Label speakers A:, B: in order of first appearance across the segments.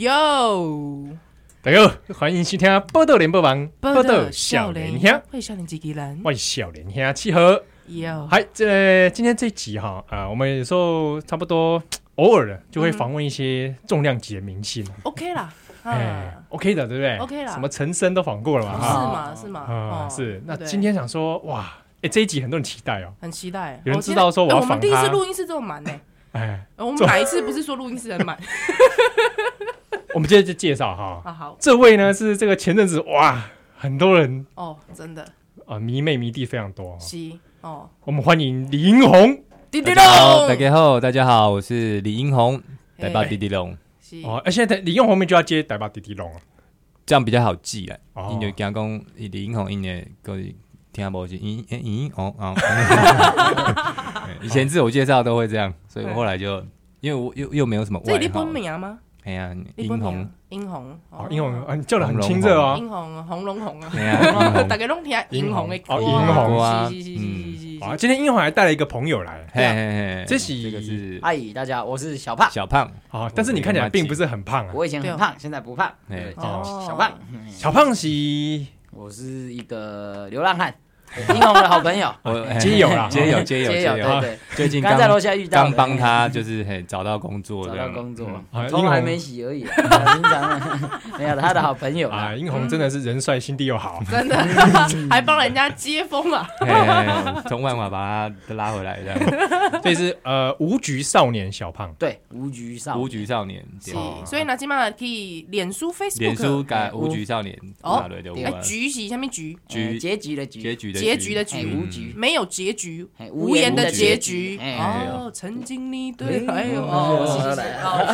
A: 哟，
B: 大家好，欢迎收听《报道联播网》，
A: 报道
B: 少
A: 少
B: 年
A: 年
B: 兄
A: 兄，，欢迎少年机器人。
B: 我是少年兄七和。
A: 哟，
B: 嗨，这、今天这集哈啊、我们有时候差不多偶尔的就会访问一些重量级的明星，
A: ，OK 啦，
B: 哎、
A: 啊，
B: o k 的，对不对
A: OK 啦
B: 什么陈升都访过了嘛，
A: 是
B: 哈
A: 嘛是嘛，
B: 啊、
A: 哦
B: 是。那
A: 对
B: 今天想说，哇，哎、这一集很多人期待哦，
A: 很期待，
B: 有人
A: 哦
B: 知道说我
A: 今天
B: 要
A: 哎我们
B: 访
A: 第一次
B: 他
A: 录音室这么满呢，
B: 哎，
A: 呃我们
B: 这
A: 哪一次不是说录音室很满？
B: 我们今天就介绍哈，
A: 好好，
B: 这位呢是这个前阵子哇，很多人
A: 哦，真的，
B: 啊、迷妹迷弟非常多、哦，
A: 是哦，
B: 我们欢迎林红。
A: 滴滴咚
C: 大家，好，大家好，大家好，我是李英红，
A: 嘿
C: 台北滴滴龙，
A: 是
B: 哦，而且李用红面就要接台北滴滴龙了。
C: 这样比较好记嘞。
B: 哦
C: 因为惊讲李英红，因为个听不是英英英红啊。 以前自我介绍都会这样，所以我后来就因为我又又没有什么
A: 这
C: 外
A: 你
C: 号
A: 本，名吗？
C: 哎呀，
A: 你
C: 英
A: 本
C: 红
A: 名，，英红，
B: 哦，英红啊，你叫的很
C: 红
B: 亲
C: 龙
B: 热哦。
A: 英红，红龙红啊。
C: 哎呀，
A: 大家拢听英红的歌
B: 哦英
C: 红啊
A: 是是是是是是
B: 啊，今天英红还带了一个朋友来
C: 嘿嘿嘿，
B: 这是
C: 这个是
D: 嗨，大家，我是小胖。
C: 小胖，
B: 啊，但是你看起来并不是很胖啊。
D: 我以前很胖，现在不胖。
C: 哎
D: 对，
B: 哦
D: 小胖，
B: 小胖是
D: 我是一个流浪汉，英红的好朋友，
C: 我嘿
B: 街友啦
C: 街友街友
D: 街
C: 街
D: 友，
C: 友，
D: 对
C: 最
D: 对，
C: 近
D: 刚在楼下遇到的，
C: 刚帮他就是嘿找到工作
D: 找
C: 这
D: 到
C: 样，
D: 工作
A: 啊
B: 嗯，
D: 头还没洗而已， 平常没有他的 好朋友
A: 嗯
B: 啊，
D: 啦。
B: 英红真的是人帅心地又 好。
A: 真的还帮人家接风啊！
C: 嘿嘿嘿从万法把他拉回来这样。
B: 所以是呃无局少年小胖。
A: 嗯
D: 对，无局少
C: 无，局少年，
A: 是
C: 对，
A: 所以呢，今晚可以脸书、Facebook、
C: 脸书改无局少年，
A: 哦
C: 对对
A: 哎，
C: 对，
A: 局是下面局，
C: 局
D: 哎结局的局，
C: 结局的嗯
A: 结局的局
D: 哎无局，
A: 没有结局，
D: 哎无
A: 无言
D: 言
A: 的
D: 的
A: 结
D: 结
A: 局
D: 局。哎
A: 哦，曾经你对，
D: 哎
A: 哎呦，
D: 哎
A: 哦，是是是哦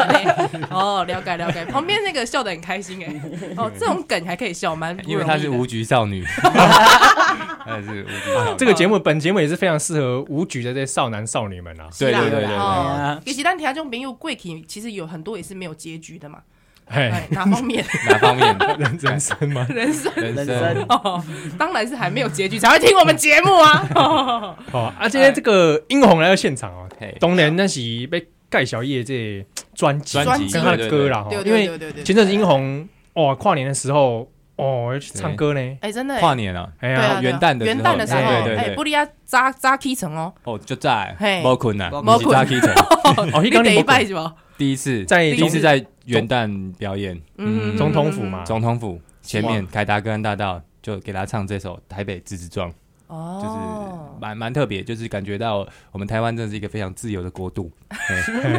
A: 是嘞哦，了解了解。旁边那个笑得很开心哎，哦，这种梗还可以笑，蛮不
C: 因为
A: 容
C: 她
A: 易
C: 是
A: 的啊
C: 无局少 女，她是无局少女，
B: 这个节目，本节目也是非常适合无局的这些少男少女们啊。
C: 对对对对
D: 是
C: 对，
A: 哦
D: 啊，
A: 其实咱听众朋友过去其实有很多也是没有结局的嘛，
B: 哎，
A: 哎，哪方面？
C: 哪 方面
B: 人人生吗？
A: 人生
C: 人
D: 人
C: 生
D: 生
A: 哦，当然是还没有结局才会听我们节目啊。哦
B: 好啊，今天这个英红来到现场哦
A: 哎
C: 嘿，
B: 当然那是被盖小叶这专辑
C: 专
A: 辑
B: 跟他的
C: 对对
B: 歌
C: 对
B: 啦，哦
A: 对
B: 因
A: 对
B: 为
A: 对对对，
B: 前阵子英红哦，跨年的时候哦，要去唱歌呢。
A: 哎，真的
C: 跨
A: 哎
C: 年啊，
B: 哎
A: 对啊
B: 呀，
A: 对
C: 元
A: 啊
C: 旦的
A: 元
C: 时
A: 旦
C: 候
A: 的时候，
C: 对对对
A: 哎，
C: 对
A: 不利亚扎扎 K 层哦，
C: 哦就在
A: 嘿
C: 没困难，
D: 没
A: 困
C: 是早起 床
B: 哦，一
A: 你
B: 刚
A: 得一
B: 你
A: 拜是吧？
C: 第一次
B: 在
C: 第一次
B: 中
C: 在元旦表演，
A: 嗯
C: 嗯，
B: 总统府嘛，
C: 总统府前面凯达格兰大道就给他唱这首《台北自治壮》。就是
A: 哦，
C: 蛮蛮特别，就是感觉到我们台湾真的是一个非常自由的国度，嘿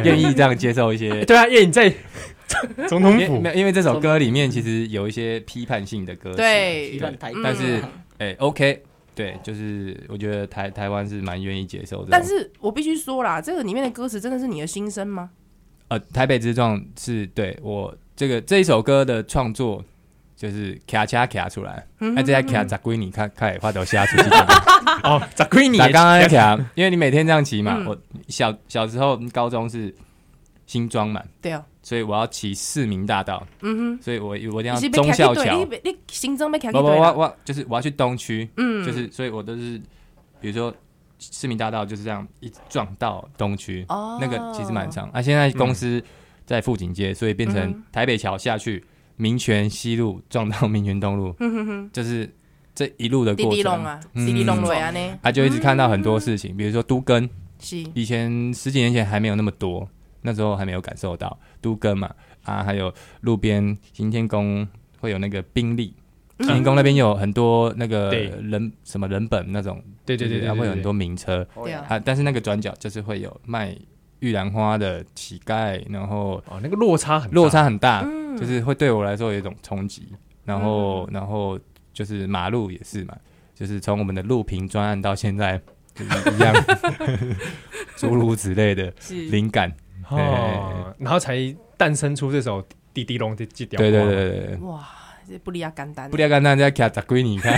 C: 愿意这样接受一些
B: 哎。对啊，叶你在 总统
C: 因为
B: 府
C: 没有因为这首歌里面其实有一些批判性的歌词，啊
A: 对嗯
D: 批判台独
C: 但是哎、o k 对，就是我觉得台台湾是蛮愿意接受的。
A: 但是我必须说啦，这个里面的歌词真的是你的心声吗？
C: 呃，台北之状是对我这个这一首歌的创作就是卡卡卡出来，
A: 嗯
C: 哎、这在卡咋归你看看发抖下出 去。
B: 哦，咋归你？
C: 打刚刚卡，因为你每天这样骑嘛，
A: 嗯
C: 我小小时候高中是新庄嘛，
A: 对啊，
C: 所以我要骑市民大道，
A: 嗯
C: 所以我我一定
A: 哼，
C: 要
A: 你是被
C: 忠
A: K
C: 孝
A: 对，
C: 桥
A: 你。被你心中被 K
C: 不不，
A: 对
C: 我
A: 啦，
C: 我就是我要去东区，
A: 嗯，
C: 就是所以我都是，比如说市民大道就是这样一直撞到东区，
A: 哦
C: 那个其实蛮长。啊，现在公司在富锦街，所以变
A: 嗯
C: 成
A: 哼
C: 台北桥下去，民权西路撞到民权东路，
A: 嗯哼哼，
C: 就是这一路的
A: 滴
C: 过
A: 滴
C: 程
A: 龙。啊，嗯滴滴龙对啊呢，
C: 啊，就一直看到很多事情，比如说都更，
A: 是，
C: 以前十几年前还没有那么多，那时候还没有感受到都更嘛啊，还有路边行天宫会有那个宾利，行天宫那边有很多那个
B: 嗯对
C: 人什么人本那种，
B: 对对对对，
C: 它
B: 对
C: 会有很多。名车
D: 哦
A: 对啊，
C: 啊，但是那个转角就是会有卖玉兰花的乞丐，然后
B: 对哦，那个落差很大
C: 落差很大，
A: 嗯
C: 就是会对我来说有一种冲击，然后然后就是马路也是嘛，就是从我们的录屏专案到现在。就是一 样，诸如此类的
A: 是
C: 灵感，
B: 哦，然后才诞生出这首《滴滴龙》这这条。
C: 对对对，对对，
A: 哇，这不利亚干单啊
C: 布，列甘丹在卡扎圭 尼看，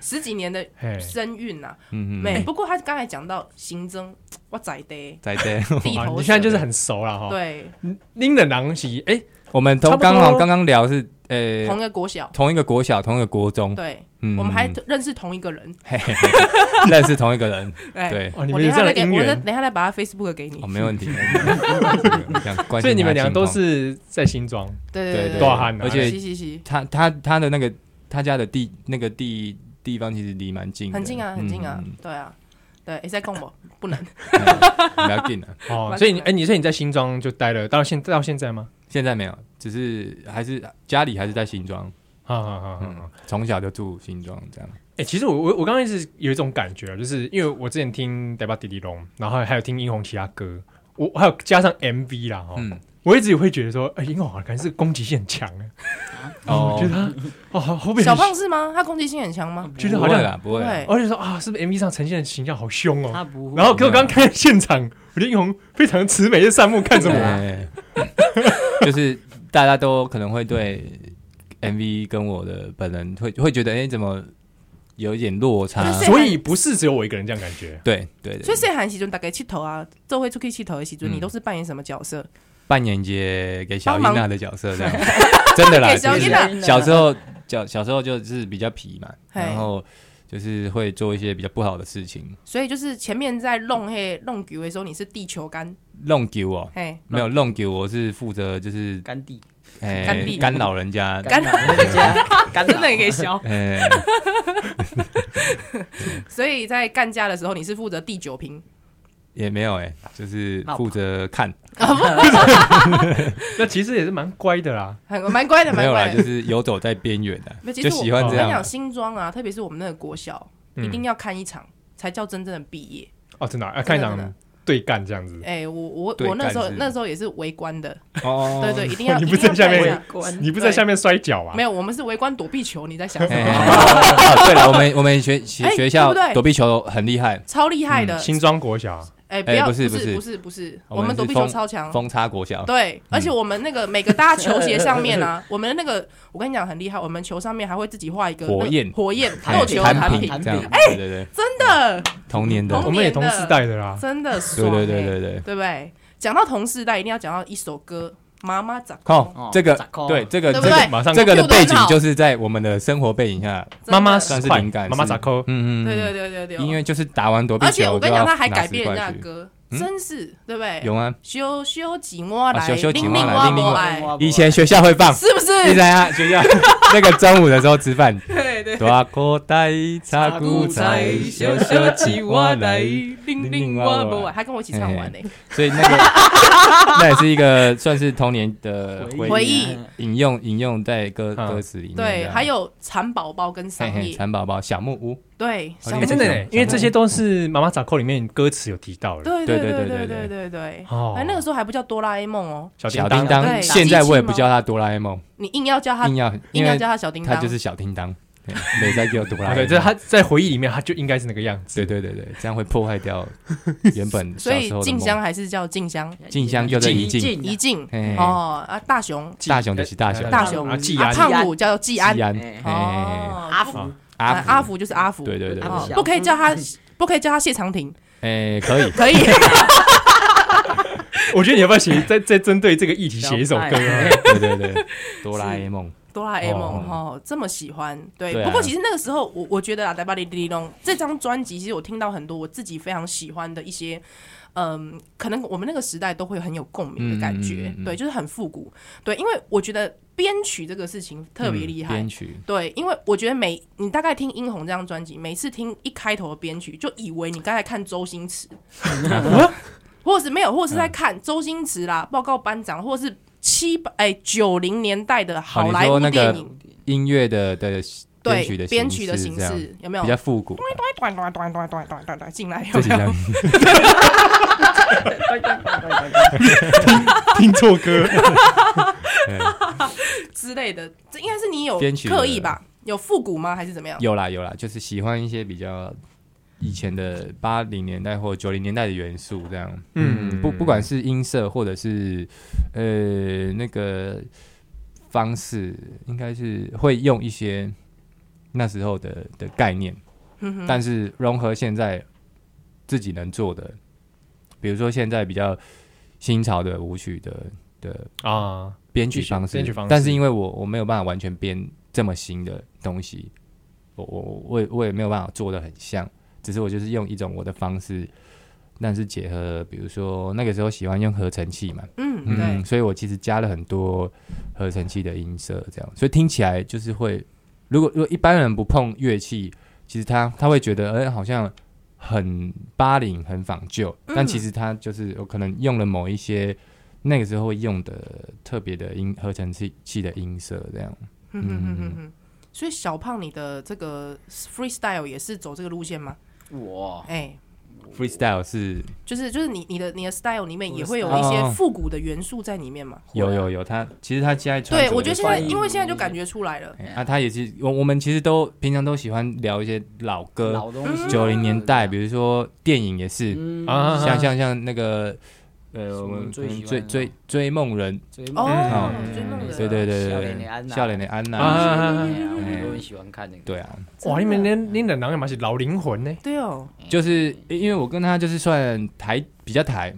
A: 十几年的
B: 嘿，
A: 声韵呐，
C: 嗯嗯，
A: 没，不过他刚才讲到刑侦，我在 的
C: 在这，
A: 地
B: 啊
A: 头蛇，
B: 你现在就是很熟了哈。，
A: 对
B: 拎的狼席，哎，
C: 我们
B: 差
C: 同
B: 不多
C: 刚好刚刚聊是呃
A: 同一个国小，
C: 同一个国小，同一个国中，
A: 对，
C: 嗯
A: 我们还认识同一个人，
C: 嘿 嘿嘿认识同一个人，
A: 哎，
C: 对，
B: 哦，你
A: 我等
B: 们
A: 一
B: 有
A: 下
B: 这样
A: 再
B: 的
A: 给，
B: 姻
A: 我再
B: 缘，
A: 等一下再把他 Facebook 给你
C: 哦，。没 问题。
B: 所以你们俩都
C: 是。
B: 是在新庄，
A: 对
C: 对
A: 对
B: 多少汉啊
C: 而且
A: 嘻嘻嘻，
C: 他他他的那个他家的地那个地地方其实离蛮近的，
A: 很近啊，很近啊
C: 嗯，
A: 对啊，对，也在共我不能，
C: 嗯比较近啊。
B: 哦
A: 蛮，
B: 所以你
A: 可爱
B: 哎，你说你在新庄就待了到现到现在吗？
C: 现在没有，只是还是家里还是在新庄，
B: 啊啊啊啊！
C: 嗯，从小就住新庄这样。
B: 哎、其实我我我刚刚一直有一种感觉啊，就是因为我之前听《代巴迪迪龙》，然后还有听殷红其他歌，我还有加上 MV 啦，哦，
C: 嗯，
B: 我一直也会觉得说，哎、殷红好像是攻击性很强哎，我
C: 哦
B: 觉，得他哦，好后面
A: 小胖是吗？他攻击性很强吗？
B: 觉得好
C: 不会
B: 像，
C: 啦，不会啦，
A: 对
B: 而且说啊，是不是 MV 上呈现的形象好凶
D: 他
B: 哦？
D: 不会。
B: 然后可我刚刚看现场，我觉得殷红非常慈眉善目看着我，
C: 对啊 就是大家都可能会对 MV 跟我的本人会会觉得，哎、怎么有一点落差？
A: 就是
B: 所以不是只有我一个人这样感觉。
C: 对对对
A: 所以，谁喊喜尊大概气头啊，这会出去气头的喜尊，你都是扮
B: 嗯
A: 演什么角色？
C: 扮演节给小
A: 帮
C: 英
A: 忙
C: 娜的角色 这样，真的啦，
A: 给小
C: 就是
A: 英娜
C: 小时候小小时候就是比较皮嘛，
A: 嘿
C: 然后就是会做一些比较不好的事情，
A: 所以就是前面在弄黑弄局的时候，你是地球干，
C: 弄丢哦。
A: 嘿，
C: 没有弄丢，我是负责就是
D: 甘地，
C: 哎
A: 干地
C: 干扰人家，
A: 干
D: 老那个家，干
A: 真的也可
D: 以。
A: 以 笑。
C: 哎
A: 所以在干架的时候，你是负责第九瓶，
C: 也没有哎，就是
D: 闹吧
C: 负责看，
B: 那其实也是蛮乖的啦，
A: 很蛮乖的，
C: 没
A: 蛮
C: 有啦，
A: 乖
C: 就
A: 的。
C: 是游走在边缘的
A: 没，有其实
C: 就喜欢
A: 我
C: 这
A: 跟你
C: 样
A: 讲，。新庄啊，特别是我们那个国小，
B: 嗯
A: 一定要看一场才叫真正的毕业。
B: 哦，真的啊、啊看一
A: 真的真
B: 场对干这样子，
A: 哎，我我
C: 对
A: 我那时候
C: 干是
A: 那时候也是围观的，
C: 哦
A: 对对，一定要
B: 你
A: 一
B: 不
A: 定要
B: 在下
A: 看一
B: 面
A: 下。
B: 你不是在下面摔跤啊？
A: 没有，我们是围观躲避球，你在想什
C: 哎
A: 么？
C: 哦对了，我们我们学学
A: 哎
C: 学校
A: 对不对
C: 躲避球很厉害，
A: 超厉害的，
B: 新庄国小啊，
A: 哎，不
C: 嗯哎
A: 要，
C: 不是
A: 不
C: 不是
A: 不是不是，
C: 我
A: 我
C: 们
A: 们
C: 是嗯
A: 躲避球
C: 风
A: 超强，
C: 风差国小，
A: 对，而且我们那个每个大家球鞋上面啊， 我们的那个我跟你讲很厉害，我们球上面还会自己画一个
C: 火
A: 那个
C: 焰
A: 火焰
C: 哎
A: 肉球
D: 弹
A: 弹哎
D: 屏
A: 屏，
D: 弹
C: 这样
D: 屏，
C: 对对对，
A: 真的
C: 童年的
A: 童
B: 我们也同世代的啦。
A: 真的
C: 啊对
A: 爽欸，
C: 对对对对。
A: 对不对？讲到同世代，一定要讲到一首歌《妈妈咋
C: 靠、
D: 哦
C: 这个
D: 咋靠
C: 对这个
A: 对
C: 这
A: 不对
C: 个
B: 马上
C: 这个的背
A: 就
C: 景
A: 得很好
C: 就是在我们的生活背景下，》
A: 真的，
B: 妈妈
C: 算是
B: 快
C: 灵感
B: 妈妈
C: 是
B: 咋扣？
C: 嗯嗯，
A: 对对对对对，
C: 因为就是打完躲避球，
A: 而且我跟你讲，他还改
C: 变
A: 变人家的歌，
C: 嗯
A: 真是对不对？
C: 有啊，
A: 修修几摸
C: 啊
A: 来，
C: 修修
A: 令
C: 几
A: 令
C: 摸来
A: 我
C: 令令
A: 我
C: 我
A: 来，
C: 以前学校会 放，
A: 是不
C: 你
A: 是？
C: 在啊 学校那个中午的时候吃饭，
A: 对对，
C: 大口袋插古仔，小小鸡蛙来，
A: 令
C: 令
A: 令
C: 我
A: 我
C: 我
A: 我
C: 来
A: 来，他跟我一起唱完呢。
C: 所以那 个那也是一个算是童年的
A: 回忆
C: 忆，引用引用在歌
B: 嗯
C: 歌词里面这样，
A: 对，还有蚕宝宝跟
C: 嘿
A: 桑
C: 嘿
A: 叶，
C: 蚕宝宝小木屋，
A: 对，
C: 好
A: 小
B: 哎、
A: 木
B: 真的
C: 小
B: 耶，因为这些都是妈妈咋扣里面歌词有提到的。
A: 对
C: 对
A: 对
C: 对
A: 对
C: 对
A: 对
C: 对
A: 对对对。
B: 哦
A: 哎，那个时候还不叫哆啦 A 梦哦，
B: 小
C: 小
B: 叮
C: 叮
B: 当，
A: 对
C: 当，现在我也不叫他哆啦 A 梦，
A: 你硬要叫他，
C: 硬要因
A: 硬要
C: 为
A: 叫他小叮
C: 他
A: 当，
C: 就是小叮当，对没在叫哆啦 A
B: 哦对，
C: 梦。
B: 这是他在回忆里面，他就应该是那个样子。
C: 对对对对，这样会破 坏掉原本小
A: 所以
C: 时候的
A: 静香
C: 梦。
A: 还是叫静香，
C: 静香就在怡静
A: 怡静
C: 嘿
A: 哦啊，大雄
C: 大雄就是大雄，
A: 大雄
B: 啊，季
A: 啊，
B: 安，
A: 胖虎叫季安
C: 季安，
D: 哎
C: 哎，
A: 哦，
D: 阿
A: 不
D: 福，
A: 啊
C: 阿
A: 阿
C: 福，
A: 福就是阿福，
C: 对对对，
A: 哦
C: 对
D: 对
A: 不可以叫
D: 嗯
A: 他，不可以叫他谢长廷，，
C: 哎，可 以
A: 可以，
B: 啊我觉得你要不要写再再针对这个议题写一首歌啊？
C: 对对对，哆啦 A 梦，
A: 哆啦 A 梦
C: 哦
A: 哦，这么喜欢，对
C: 对。啊
A: 不过其实那个时候，我我觉得啊，《呆巴里滴隆》这张专辑，其实我听到很多我自己非常喜欢的一些，嗯，可能我们那个时代都会很有共鸣的感觉，
C: 嗯嗯嗯嗯
A: 对，就是很复古，对，因为我觉得编曲这个事情特别厉
C: 嗯
A: 害。
C: 编曲，
A: 对，因为我觉得每你大概听《殷红》这张专辑，每次听一开头的编曲，就以为你刚才看周星 驰，或是没有，或是
C: 嗯
A: 在看周星驰啦，《报告班长》，或是七百哎九零年代的好莱坞
C: 哦你说那个
A: 电影，
C: 音乐的的编曲
A: 对
C: 的
A: 编曲的形
C: 这样
A: 式有没有
C: 比？较复古吧，啊
A: 短短短短短短短短进来有
C: 这几
A: 没有
C: 张？
B: 听错 歌，
A: 之类的？这应该是你有
C: 编曲的
A: 刻意吧？有复古吗？还是怎么样？
C: 有啦有啦，就是喜欢一些比较以前的八零年代或九零年代的元素，这样。
B: 嗯
C: 嗯，不不管是音色或者是呃那个方式，应该是会用一些那时候的的概念，
A: 嗯哼
C: 但是融合现在自己能做的，比如说现在比较新潮的舞曲的的
B: 啊，
C: 编曲方式，
B: 编曲方式
C: 但是因为我我没有办法完全编这么新的东西，我我我也我也没有办法做的很像，只是我就是用一种我的方式，但是结合比如说那个时候喜欢用合成器嘛，
A: 嗯，对
C: 嗯，，所以我其实加了很多合成器的音色，这样，所以听起来就是会，如果如果一般人不碰乐器，其实他他会觉得，哎、好像很八零，很仿旧，
A: 嗯
C: 但其实他就是我可能用了某一些那个时候会用的特别的音合成器器的音色，这样，
A: 嗯嗯嗯嗯嗯。所以小胖，你的这个 freestyle 也是走这个路线吗？
D: 我
A: 哎、
C: freestyle 是
A: 就是就是你你的你的 style 里面
D: 我的
A: 也会有一些
C: style
A: 复古的元素在里面嘛？
C: 有有有，他其实他现在穿
A: 对，
C: 着
A: 我觉得
C: 也
A: 现在
C: 是
A: 因为现在就感觉出来了，
C: 哎啊，他也是我我们其实都平常都喜欢聊一些老歌，
D: 老东西，
C: 九零年
A: 嗯
C: 代，比如说电影也是，
D: 嗯
A: 哦
B: 啊
C: 像像像那个呃，
D: 我
C: 我
D: 们
C: 们
D: 最喜欢的
C: 追追追梦人，
D: 追
A: 哦
D: 梦
C: 好
A: 追梦人
C: 嗯对对对
D: 笑
C: 对
D: 脸的安
C: 对，
D: 娜，
C: 笑脸的安
B: 啊
C: 娜，
D: 哎呀我们都很喜欢看那个。
C: 对啊，
B: 哇，你们恁恁的人也嘛是老灵魂呢，
A: 对哦，
C: 就是因为我跟他就是算台比较台，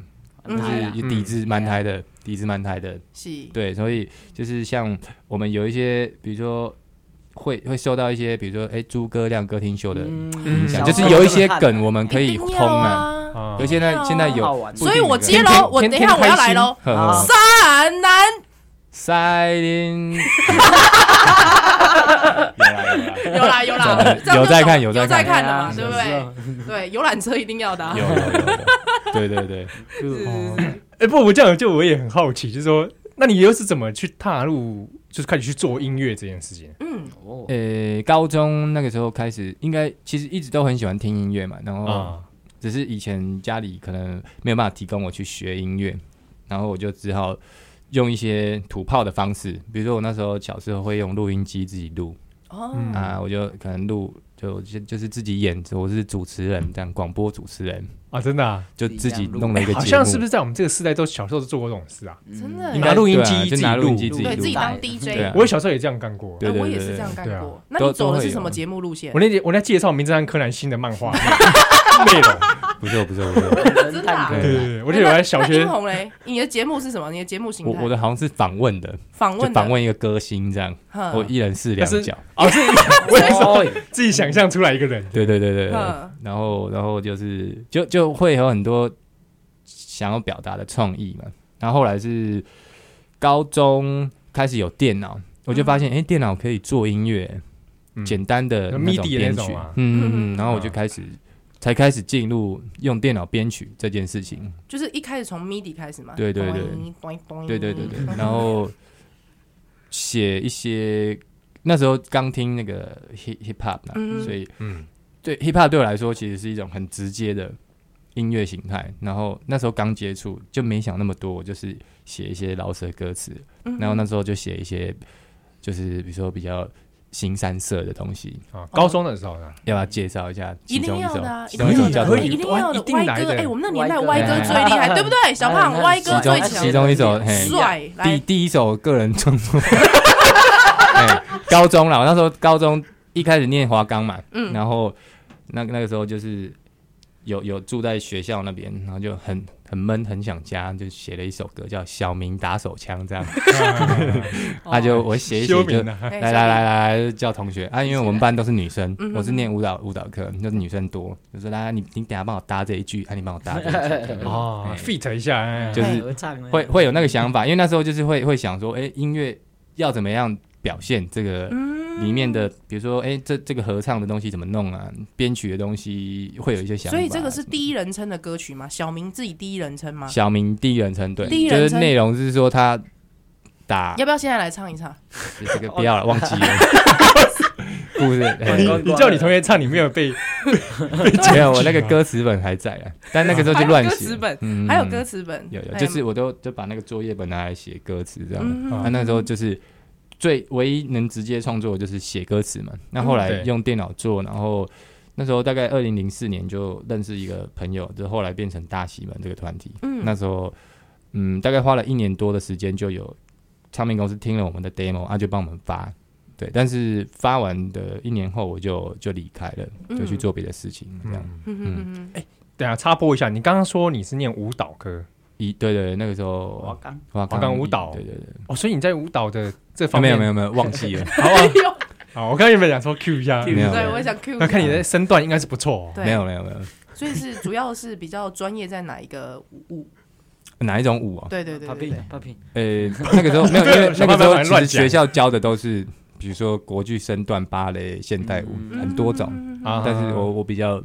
A: 嗯
C: 就
D: 哎呀
C: 是底子蛮台的，底子蛮台的，
A: 是，
C: 对，所以就是像我们有一些，比如说会会受到一些，比如说哎诸葛亮歌厅秀的影响，
B: 嗯
C: 就是有一些梗我
D: 们
C: 们可以通
A: 一定要
C: 嘛，
A: 啊。
B: 啊
C: 而现在现在
D: 好
C: 有
D: 玩，
A: 所以我接
C: 了。
A: 喽，我
B: 天
A: 等
B: 天
A: 一下我要
B: 天开
A: 来
B: 心
A: 喽，
C: 呵
D: 好
C: 呵
A: 三男
C: 塞林，
A: 有啦有啦，
C: 真的
A: 这样就
C: 有在看
A: 懂
C: 有
A: 有
C: 在
A: 在
C: 看嗯啊
A: 看的嘛，对不对？？对，游览车一定要的啊，
C: 有有有 有，对对对，
A: 是是是，
B: 哎，不，我这样就我也很好奇，就是说，那你又是怎么去踏入，就是开始去做音乐这件事情？
A: 嗯，
D: 哦，
C: 呃，高中那个时候开始，应该其实一直都很喜欢听音乐嘛，然后
B: 啊，
C: 只是以前家里可能没有办法提供我去学音乐，然后我就只好用一些土炮的方式，比如说我那时候小时候会用录音机自己录
A: 哦，
B: 嗯
C: 啊，我就可能录就就就是自己演，我是主持人这样，广播主持人
B: 啊，真的啊，
C: 就自己弄了一个节目，
B: 哎好像是不是在我们这个时代都小时候都做过这种事啊？
A: 真的
B: 你
A: 欸
B: 拿录音
C: 对啊
B: 机
C: 就
B: 自己
C: 拿录音机
B: 录
C: 自己
A: 对自己
C: 录
A: 当
C: 对
A: DJ，
C: 啊
B: 我也小时候也这样干过。
C: 对
A: 哎
C: 对
A: 我
C: 对
A: 也是
C: 对
A: 这样干
B: 对啊
A: 过。那
C: 都
A: 你走
C: 都
A: 的
C: 会
A: 是什么
C: 有
A: 节目路线
B: 我？那天我在介绍《名侦探柯南》新的漫 画内容，
C: 不错不错不错。
A: 啊
D: 真的啊
B: 对
C: 对
B: 对
C: 对
B: 对，我记得我在小
A: 哎那那
B: 学
A: 英红嘞，你的节目是什么？你的节目形
C: 我
A: 态？
C: 我的好像是访问的，
A: 访问
C: 就
A: 的嗯
C: 访，问一个歌星这样，
A: 哼
C: 我一人试
B: 但
C: 两
B: 是
C: 角。
B: 哦，是我也
D: 哦
B: 是自己想象出来一个人，
C: 对对对对对
A: 嗯
C: 然后然后就是就就会有很多想要表达的创意嘛。然后后来是高中开始有电脑，我就发现
A: 嗯
C: 哎、诶电脑可以做音乐，
B: 嗯
C: 简单的那
B: MIDI
C: 种
B: 的那
C: 编
B: 种
C: 曲
B: 啊，
C: 嗯嗯
A: 嗯
C: 嗯。然后我就开始才开始进入用电脑编曲这件事情。
A: 就是一开始从 MIDI 开始嘛。
C: 对对对
A: 咚咚咚
C: 对对对对，然后写一些那时候刚听那个 hip hip hop 嘛，
A: 嗯
C: 所以
B: 嗯，
C: 对 hip hop 对我来说其实是一种很直接的音乐形态。然后那时候刚接触，就没想那么多，我就是写一些饶舌歌词，
A: 嗯
C: 然后那时候就写一些就是比如说比较新三色的东西，
B: 啊，高中的时候呢，
C: 要不要介绍一下其
A: 一
C: 中
A: 定要
C: 首
A: 的啊，？
C: 其
A: 一
C: 中
A: 定
C: 一首
A: 要的，
C: 叫什
B: 可
C: 么
B: 以
A: 一定要
B: 一
A: 的
B: 定
A: 歪
B: 来
A: 哥，
B: 的
A: 哎，我们那年代
D: 歪
A: 歪
D: 哥
A: 哥最厉害，对不对？小胖，
D: 哎
A: 歪哥
C: 其
A: 最
C: 中
A: 强，
C: 其中一首嘿
A: 帅，
C: 第
A: 来，
C: 第一首个人创作， 哎，高中啦，我那时候高中一开始念华冈嘛，
A: 嗯
C: 然后那那个时候就是有有住在学校那边，然后就很很闷，很想家，就写了一首歌叫《小明打手枪》这样，他
B: 哦
C: 就我写一写
B: 修
C: 就
B: 明。啊，
A: 哎
C: 来来来，来来，叫同学啊！因为我们班都是女生
A: 嗯，
C: 我是念舞蹈舞蹈课，就是女生多，就说啊来，你你等下帮我搭这一句，啊，你帮我搭这一句，
B: 哦
C: 哎
B: ，fit 一下，哎
C: 就
D: 哎
C: 是
D: 合唱哎
C: 会会有那个想法，因为那时候就是会会想说，哎、音乐要怎么样表现这个
A: 嗯
C: 里面的，比如说，哎、这这个合唱的东西怎么弄啊，编曲的东西会有一些想法。
A: 所以这个是第一人称的歌曲吗？小明自己第一人称吗？
C: 小明第一人称，对，
A: 第一
C: 就
A: 人称
C: 是内容是说他打
A: 要不要现在来唱一唱？
C: 这个不
D: 哦
C: 要了，
A: 哦
C: 忘记了 故事。哎
B: 你你叫你同学唱，你没有被
C: 没有，我那个歌词本还在啊，但那个时候就乱
A: 还有歌
C: 写
A: 词。本，
C: 嗯
A: 还有歌词本，
C: 有有，
A: 哎
C: 就是我都就把那个作业本拿来写歌词这样。
A: 嗯
B: 啊
C: 那、那时候就是最唯一能直接创作的就是写歌词嘛。那后
B: 嗯
C: 来
B: 对
C: 用电脑做，然后那时候大概二零零四年就认识一个朋友，就后来变成大喜门这个团体。
A: 嗯
C: 那时候嗯，大概花了一年多的时间，就有唱片公司听了我们的 demo，啊，就帮我们发。对，但是发完的一年后，我就就离开了，就去
A: 嗯
C: 做别的事情，这样。
A: 嗯哼嗯哼
B: 等一下啊插播一下，你刚刚说你是念舞蹈科
C: 一对对，那个时候
D: 华冈
C: 华
B: 华冈舞蹈
C: 对对对，
B: 哦，所以你在舞蹈的这
C: 啊
B: 方
C: 没
B: 面
C: 有没有没有，忘记了。
B: 好啊，好，我刚刚原本想说 Q 一下，
C: 没有
A: 对，我也想 Q。
B: 那看你的身段应该是不错、哦。
A: 对
C: 没有没有没有，
A: 所以是主要是比较专业在哪一个舞舞？
C: 哪一种舞啊？
A: 对对对对对，
D: Papi，Papi，
C: 呃，那个时候 没有，因为那
B: 小爸
C: 个时
B: 爸
C: 候
B: 很
C: 其
B: 乱
C: 实
B: 讲
C: 学校教的都是，比如说国剧、身段、芭蕾、现代舞，
D: 嗯
C: 很多种。
A: 嗯
B: 啊
C: 但是我我比较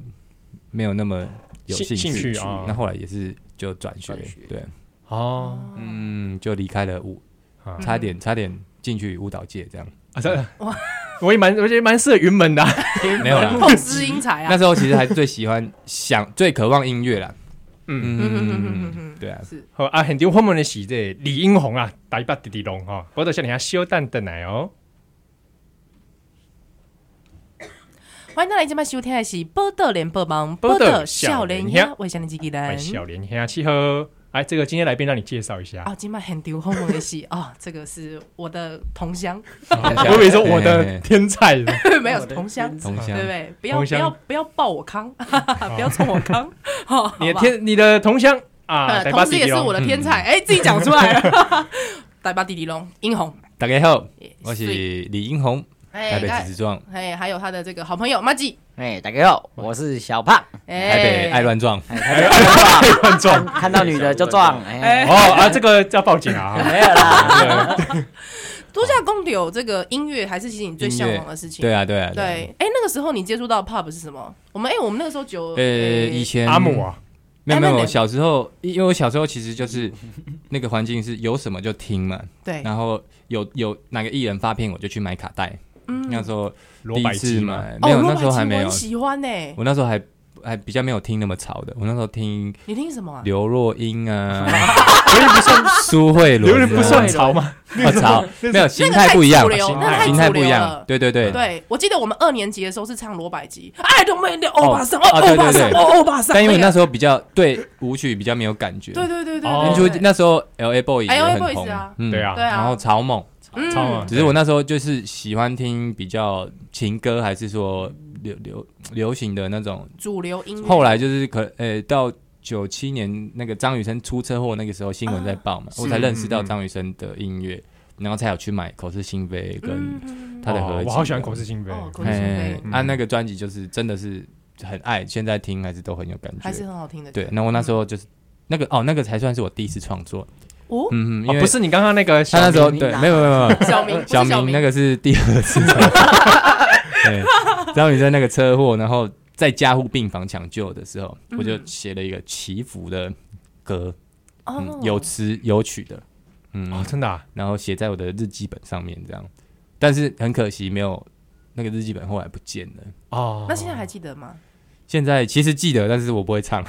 C: 没有那么有
B: 兴
C: 兴
B: 兴趣啊
C: 那后来也是就转学
D: 转学，
C: 对，
B: 哦，
C: 嗯，就离开了舞，
B: 啊
C: 差点差点进去舞蹈界这样。
B: 啊，这我也蛮，我觉得蛮适合云门的啊、
C: 没有啦，
A: 碰知英才
C: 那
A: 啊。
C: 时候其实还最喜欢想最渴望音乐啦。
B: 嗯，
A: 嗯
C: 嗯，对啊，
A: 是，
B: 好啊，很丢后面的是这个李英红啊，大一把弟弟龙哈，我等下你下小蛋等来哦。
A: 欢迎大家今晚收听的是《波特连播忙》，
B: 报
A: 波
B: 道
A: 特少年
B: 少年
A: 兄，我是你自己
B: 哎，
A: 人。
B: 小莲兄七号，哎，这个今天来宾让你介绍一下。
A: 哦，今晚很丢后门的 是哦，这个是我的同乡，
B: 我以为说我的天菜呢，
A: 没有是同乡，
C: 同乡
A: 对不对？不要
B: 同
A: 不
B: 乡哦
A: 要不要爆我 康，不要冲我康，好好
B: 你的
A: 吧
B: 天，你的同乡啊，
A: 呃，
B: 台北
A: 同时
B: 弟
A: 也
B: 弟嗯
A: 是
B: 龙
A: 我的天才，哎，自己讲出 来了。大巴弟弟龙，英红，
C: 大家好，我是
A: 水
C: 李英红，
A: 哎
C: 台北
A: 那
C: 紫之壮，
A: 哎，还有他的这个好朋友马吉，
D: 哎，大家好，我是小胖，
A: 哎，
C: 台北爱，乱撞。
D: 哎台北爱
B: 乱撞
D: 撞，看到女的就撞，哎，
B: 哦啊，这个要报警啊！
D: 没
A: 嗯
D: 有 啦，
A: 度假公有这个音乐还是其实你最向往的事情，
C: 对啊，对啊，
A: 对。哎，那个时候你接触到 pub 是什么？我们哎，我们那个时候九
C: 呃，以前
B: 阿姆啊，
C: 没有没
A: 哎那
C: 有，
A: 你
C: 小时候因为我小时候其 实就是那个环境是有什么就听嘛，
A: 对，
C: 然后有有哪个艺人发片我就去买卡带，
A: 嗯
C: 那时候
B: 罗
C: 第一
B: 百
C: 次
B: 吉嘛，
C: 买，
A: 哦
C: 没有
A: 罗
C: 那
A: 百
C: 时候
A: 吉
C: 还没
A: 我
C: 有
A: 很，喜欢呢。
C: 我那时候还还比较没有听那么吵的，我那时候听
A: 你听什么啊？
C: 刘若 英啊，苏慧伦
B: 刘
C: 啊，
B: 人不算潮吗？
C: 啊吵，没有
A: 那
C: 形
A: 个
C: 态不一样
A: 主，流，那
B: 态
A: 个太
C: 形态
A: 主
C: 不一
A: 流
C: 样
A: 了，。
C: 对对对。
A: 对，我记得我们二年级的时候是唱罗百吉，哎，都没有欧巴桑，哦，
C: 啊对
A: 欧巴桑，
C: 对对
A: 哦，欧巴桑。
C: 但因为
A: 个
C: 那时候比较对舞曲比较没有感觉，
A: 对对对对
B: 哦
A: 对，
C: 就
A: 对
C: 那时候 L A Boy 也
A: LA
C: 很
A: Boys
C: 红
A: 啊，
C: 嗯
B: 对啊
A: 对啊
C: 然后草蜢，
A: 嗯
B: 超啊
C: 只是我那时候就是喜欢听比较情歌，还是说流流流行的那种。
A: 主流音乐。
C: 后来就是可呃、到九七年那个张雨生出车祸那个时候新闻在报嘛，
A: 嗯
C: 我才认识到张雨生的音乐，然后才有去买《口是心非》跟
A: 嗯
C: 他的合
B: 哦
C: 集。
B: 我好喜欢口是心非。
A: 哦，口是心
C: 哎
A: 非，
B: 嗯
C: 啊，那个专辑就是真的是很爱，现在听还是都很有感
A: 还是
C: 觉。
A: 很好听的歌。
C: 对，嗯那我那时候就是那个哦，那个才算是我第一次创作。
A: 哦，
C: 嗯嗯，
B: 哦
C: 因为
B: 不是你刚刚那个小
C: 他那时候
D: 明
C: 对，
D: 啊
C: 没有没有 没有，
A: 小 明，不是
C: 小
A: 小
C: 明
A: 明
C: 那个是第二次， 对，张雨生那个车祸，然后在加护病房抢救的时候，
A: 嗯
C: 我就写了一个祈福的歌，
A: 哦
C: 嗯，，有词有曲的，嗯
B: 哦，，真的啊，
C: 然后写在我的日记本上面这样，但是很可惜没有那个日记本后来不见了。
B: 哦，
A: 那现在还记得 吗？
C: 现在其实记得，但是我不会唱。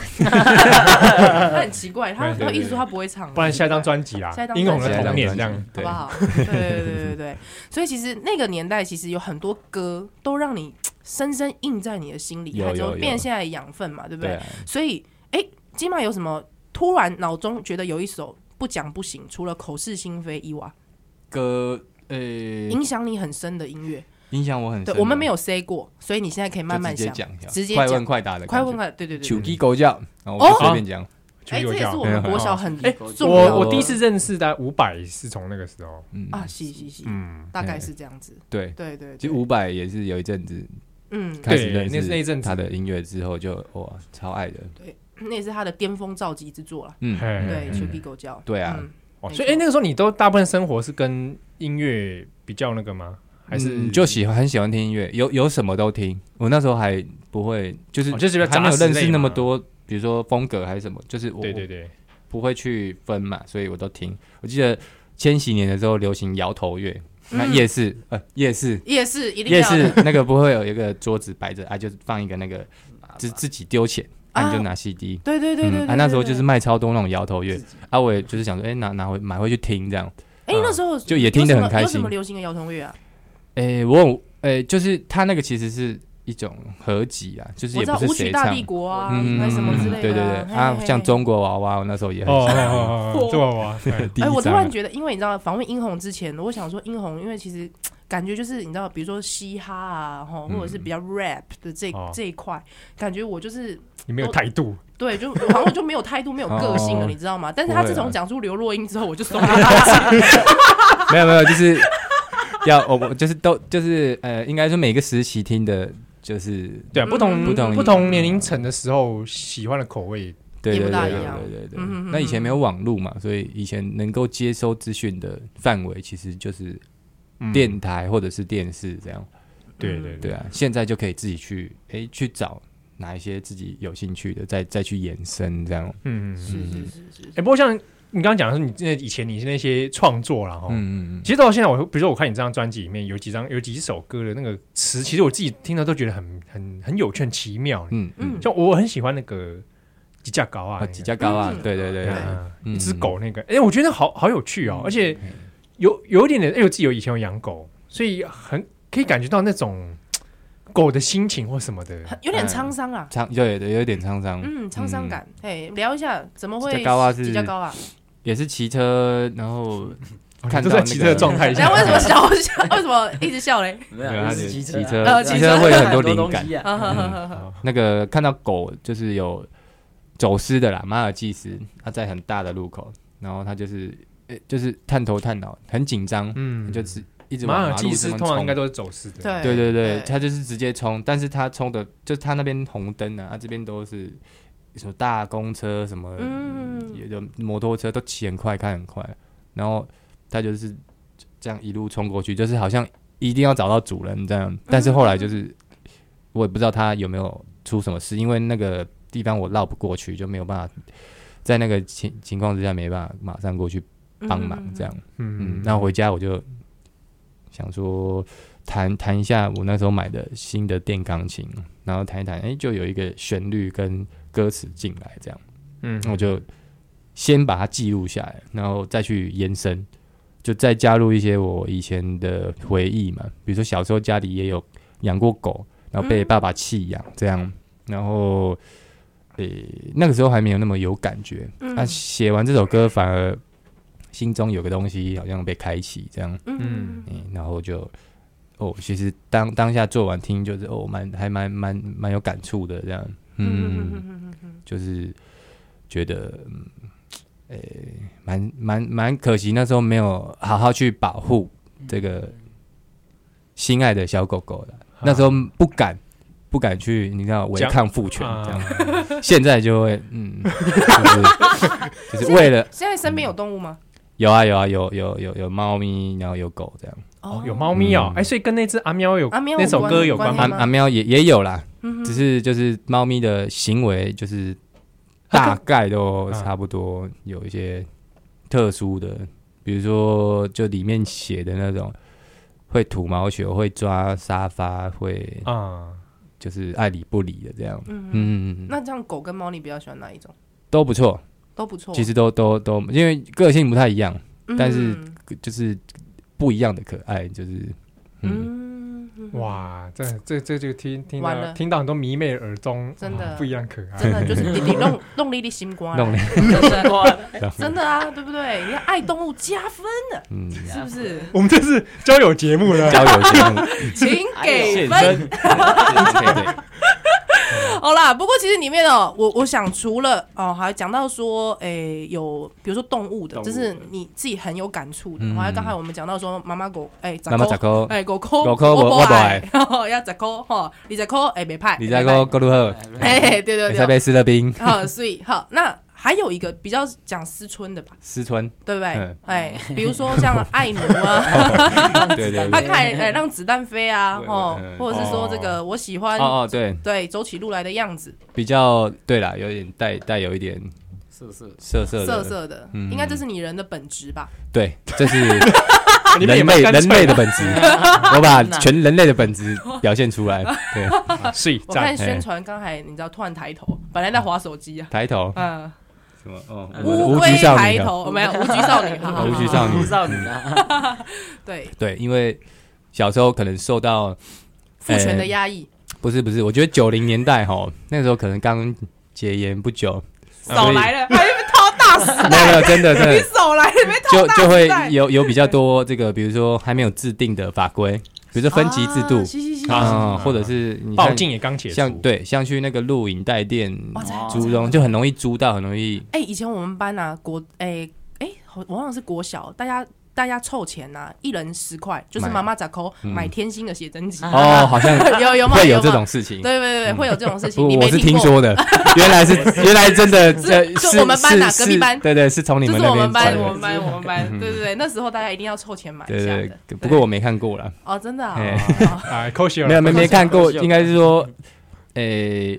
A: 他很奇怪，他
B: 对对
A: 他
B: 对
A: 一直说他不会唱，
B: 不然下一张专辑啦
A: 下一张，专
B: 英
A: 辑
B: 红的童年这样。
A: 好
C: 对
A: 不，好？对对对对对对。所以其实那个年代，其实有很多歌都让你深深印在你的心里，
C: 有
A: 它就
C: 有有
A: 变现在的养分嘛，对不
C: 对
A: 对？
C: 啊，
A: 所以，哎，今晚有什么突然脑中觉得有一首不讲不行，除了口是心非以外，
C: 歌呃
A: 影响你很深的音乐？
C: 影响我很深
A: 对，
C: 的，
A: 我们没有 say 过，所以你现在可以慢慢
C: 就直
A: 想
C: 接，讲一下，
A: 直接
C: 快
A: 讲
C: 问快答的感觉，
A: 快问快，对对对
C: 求
A: 对。
C: 鸡狗叫，然后
B: 哦
C: 我就随便
B: 啊
C: 讲。
A: 哎，
B: 求
A: 这
B: 有
A: 也
B: 教
A: 是我们国小很
D: 哎
A: 重要的
B: 我我第一次认识的五百是从那个时候，
C: 嗯
A: 啊，是是是，
B: 嗯，
A: 大概是这样子。
C: 对，
A: 对对，
C: 其实
A: 对
C: 伍佰也是有一阵子
A: 嗯，
C: 开始认
B: 对那是那一
C: 识
B: 阵子
C: 他的音乐之后就，哇，超爱的。
A: 那也是他的巅峰造极之作了。
C: 嗯，
B: 嘿
A: 对，
C: 嗯
A: 求地狗叫。
C: 对啊
A: 嗯，
B: 哦，
A: 没
B: 所以
A: 错
B: 哎，那个时候你都大部分生活是跟音乐比较那个吗？还是
C: 嗯就喜欢很喜欢听音乐，有有什么都听。我那时候还不会，就是
B: 哦就是比较
C: 还没有
B: 杂食
C: 认识
B: 类
C: 那么
B: 嘛
C: 多，比如说风格还是什么，就是我
B: 对对对，
C: 不会去分嘛，所以我都听。我记得千禧年的时候流行摇头乐，那
A: 嗯
C: 夜市呃夜市
A: 夜市一定
C: 夜
A: 要的
C: 市那个不会有一个桌子摆着啊，就是放一个那个自自己丢钱，啊你就
A: 啊
C: 拿 CD。
A: 对对对对对
C: 啊，那时候就是
A: 对
C: 卖超多那种摇头乐，啊，我也就是想说，哎、拿拿回买回去听这样。
A: 对哎，那时候
C: 嗯就也听得很开心
A: 有什么有什么流行的摇头乐啊？
C: 哎、我有，哎、就是他那个其实是一种合集啊，就是
A: 我
C: 也
A: 知道
C: 不是
A: 舞曲
C: 谁
A: 大
C: 唱
A: 帝。国啊，
D: 嗯
A: 还是什么之类的啊。
C: 对对对，啊，
A: 嘿哎
C: 像。中国娃娃，我那时候也很
B: 哦哦
C: 喜欢。
B: 哦哦，这么哇，嘿
C: 第
A: 嘿哎，
C: 一
A: 我突
C: 张啊
A: 然觉得，因为你知道访问英红之前，我想说英红，因为其实感觉就是你知道，比如说嘻哈啊，吼，
C: 嗯
A: 或者是比较 rap 的这
B: 哦
A: 这一块，感觉我就是
B: 你没有态度，
A: 对，就好像我就没有态度，没有个性了，
C: 哦
A: 你知道吗？但是
C: 不
A: 他
C: 会
A: 自
C: 啦
A: 从讲出刘若英之后，我就松了一口气。
C: 没有没有，就是要我我就是都就是呃，应该说每个时期听的，就是
B: 对啊，不同
A: 嗯
C: 不同
B: 不同年龄层的时候喜欢的口味，
C: 对
A: 也
C: 对
A: 不
C: 对
A: 大
C: 对
A: 一样
C: 对对对
A: 嗯哼哼
C: 那以前没有网络嘛，所以以前能够接收资讯的范围其实就是
B: 嗯
C: 电台或者是电视这样。
B: 对对
C: 对啊，现在就可以自己去诶去找哪一些自己有兴趣的，再再去延伸这样。
B: 嗯嗯嗯。
A: 是是是是
B: 哎，不过像你刚刚讲的是你那以前你那些创作啦，哈，哦
C: 嗯嗯嗯
B: 其实到现在我会比如说我看你这张专辑里面有几张有几首歌的那个词，其实我自己听了都觉得很很很有趣、很奇妙。
C: 嗯嗯
A: 嗯，
B: 像我很喜欢那个几架高啊，
C: 啊，几家高啊
A: 嗯，
C: 对对对
B: 对
C: 对，
B: 啊，
C: 嗯
B: 一只狗那个，哎，我觉得好好有趣哦，而且
C: 嗯
B: 有有一点哎点，因为我自己有以前有养狗，所以很可以感觉到那种嘖狗的心情或什么的。
A: 很有点沧桑啊，
C: 沧对对有点沧桑，
A: 嗯，沧桑感。哎，聊一下怎么会
C: 比较高啊是
A: 比较高啊？
C: 也是骑车，然后
B: 哦
C: 看
B: 你都在
C: 到那
B: 骑
C: 个
B: 车的状态
A: 然
B: 下
C: 啊
A: 后，为什么笑？为什么一直笑嘞？
D: 没
C: 没有
D: 有，
C: 他
D: 就是
C: 骑
D: 骑车
C: 车
D: 啊，
A: 呃骑
D: 骑
A: 车会有
C: 很多灵感
D: 感。
A: 呵呵呵呵
C: 那个看到狗就是有走失的啦，马尔济斯，它在很大的路口，然后它就是、呃就是探头探脑，很紧张，
B: 嗯
C: 就，是一直往
B: 马
C: 马
B: 尔济斯
C: 路上
B: 通常应该
C: 冲。
B: 都是走私的。
A: 对
C: 对对对
A: 对，
C: 它就是直接冲，但是它冲的，就是它那边红灯啊，它这边都是什么大公车什么，
A: 嗯
C: 有的摩托车都骑很快，开很快，然后它就是这样一路冲过去，就是好像一定要找到主人这样。但是后来就是我也不知道它有没有出什么事，因为那个地方我绕不过去，就没有办法在那个情情况之下没办法马上过去帮忙这样。嗯，
B: 嗯，
C: 那回家我就想说弹弹一下我那时候买的新的电钢琴，然后弹一弹，哎、就有一个旋律跟歌词进来这样。
B: 嗯
C: 我就先把它记录下来，然后再去延伸，就再加入一些我以前的回忆嘛，比如说小时候家里也有养过狗，然后被
A: 嗯
C: 爸爸弃养这样，然后诶、那个时候还没有那么有感觉，那、
A: 嗯
C: 写完这首歌反而心中有个东西好像被开启这样，
A: 嗯
C: 嗯，然后就。哦，其实当当下做完听就是哦，蛮还蛮蛮蛮有感触的这样，嗯
A: 嗯
C: 就是觉得，嗯，诶、蛮蛮蛮可惜，那时候没有好好去保护这个心爱的小狗狗的，那时候不敢。不敢去，你知道违
B: 讲
C: 抗父权这样，
B: 啊
C: 现在就会嗯， 就是就是为了
A: 现在身边有动物吗？
C: 有啊有啊有有有有猫咪，然后嗯有狗这样，
B: 哦，有猫咪哦，哎，所以跟那只阿喵有
A: 阿喵有
B: 那首歌有关
A: 关
B: 吗
C: 阿
A: 吗？
C: 阿喵啊也也有啦，
A: 嗯
C: 只是就是猫咪的行为就是大概都差不多有一些特殊的，比如说就里面写的那种会吐毛球、会抓沙发、会
B: 啊？
C: 就是爱理不理的这样，
A: 哦嗯嗯。
C: 嗯，
A: 那这样狗跟猫，你比较喜欢哪一种？
C: 都不错，
A: 都不错。
C: 其实都都都因为个性不太一样，
A: 嗯，
C: 但是就是不一样的可爱，就是嗯。
A: 嗯，
B: 哇，这这这就听听
A: 完
B: 到
A: 了
B: 听到很多迷妹耳中，
A: 真的
B: 哇不一样可爱，
A: 真的 就是你你弄弄你的心瓜，
C: 弄
A: 真的啊，对不对？你要爱动物加分，
C: 嗯，
A: 是不 是？
B: 我们这是交友节目了，
C: 交友节目，
A: 请给分。
C: 身，对对对
A: 好啦，不过其实里面哦，我我想除了哦，还讲到说，诶、有比如说动物的，
B: 动物
A: 就
B: 的
A: 是你自己很有感触的。
C: 嗯
A: 还有刚才我们讲到说，妈妈狗，诶、欸，
C: 妈妈十箍
A: 诶、狗狗，
C: 狗狗我
A: 不
C: 我不
A: 爱
C: 爱，
A: 要十箍吼，你十箍，诶、欸，没派，
C: 你在讲够如何？
A: 哎、嘿对对
C: 在
A: 对，
C: 被斯乐冰
A: 好，所以好，那还有一个比较讲思春的吧，
C: 思春，
A: 对不对？
C: 嗯
A: 哎、比如说像爱奴 啊，
C: 对对
A: 他
C: 对，
A: 看哎、让子弹飞啊，
C: 我
A: 哦，
C: 嗯
A: 或者是说这个我喜欢、
C: 哦哦对，
A: 对走起路来的样子，
C: 比较对啦，有点带带有一点
D: 是不是？
C: 涩涩
A: 色
C: 的，
A: 色的，
C: 嗯
A: 应该这是你人的本质吧？
C: 对，这是
B: 你们也
C: 人
B: 蛮
C: 类
B: 干
C: 人
B: 脆啊
C: 类的本质，我把全人类的本质表现 出来。对，
B: 的，所以
A: 我看
B: 赞，
A: 宣传刚才你知道突然抬头，本来在划手机啊，
C: 抬头
A: 嗯，
C: 什么哦
A: 乌
C: 哎无
A: 龟
C: 惧少
A: 抬
C: 女啊，哦
A: 头没有无惧 少女，好好
C: 无
A: 好
C: 惧少女
D: 无少女啊，
A: 对
C: 对，因为小时候可能受到
A: 父权的
C: 呃
A: 压抑，
C: 不是不是，我觉得九零年代哈，那时候可能刚戒严不久，
A: 少来了，还被掏大时
C: 没有没有，真的真
A: 代，
C: 的
A: 你。少来了，被掏
C: 就
A: 大啊
C: 就
A: 时
C: 会
A: 代，
C: 有有比较多这个，比如说还没有制定的法规，比如说分级制度
A: 啊，是是是
B: 啊
C: 啊，或者是你
B: 报
C: 像
B: 警也刚解
C: 像
B: 除，
C: 对像去那个录影带店
A: 哇塞
D: 哦，
C: 租中，就很容易租到，很容易
A: 哎，以前我们班啊，国哎哎，好我忘了是国小，大家大家凑钱呐、一人十块，就是
C: 买
A: 妈妈咋扣
C: 嗯
A: 买天星的写真集，
C: 哦，好像
A: 有啊有吗？
C: 会有
A: 吗
C: 这种事情。嗯
A: 对对对，会有这种事情。
C: 不，
A: 你
C: 我
A: 没
C: 是
A: 听
C: 听
A: 过，
C: 说的，原来是原来真的，这
A: 就我们班啊隔壁班
C: 对对，是从你
A: 就
C: 们
A: 是
C: 那
A: 我
C: 边
A: 们
C: 传
A: 班，
C: 的嗯
A: 我们班，我们班，对对对，那时候大家一定要凑钱买一
C: 对
A: 下
C: 对
A: 的。
C: 对，
A: 对
C: 不过我没看过啦，
A: 哦，真的啊，
C: 嘿
A: 哦
B: 哎，扣西尔
C: 没有没没看过，
D: 不是
C: 应该是说，诶，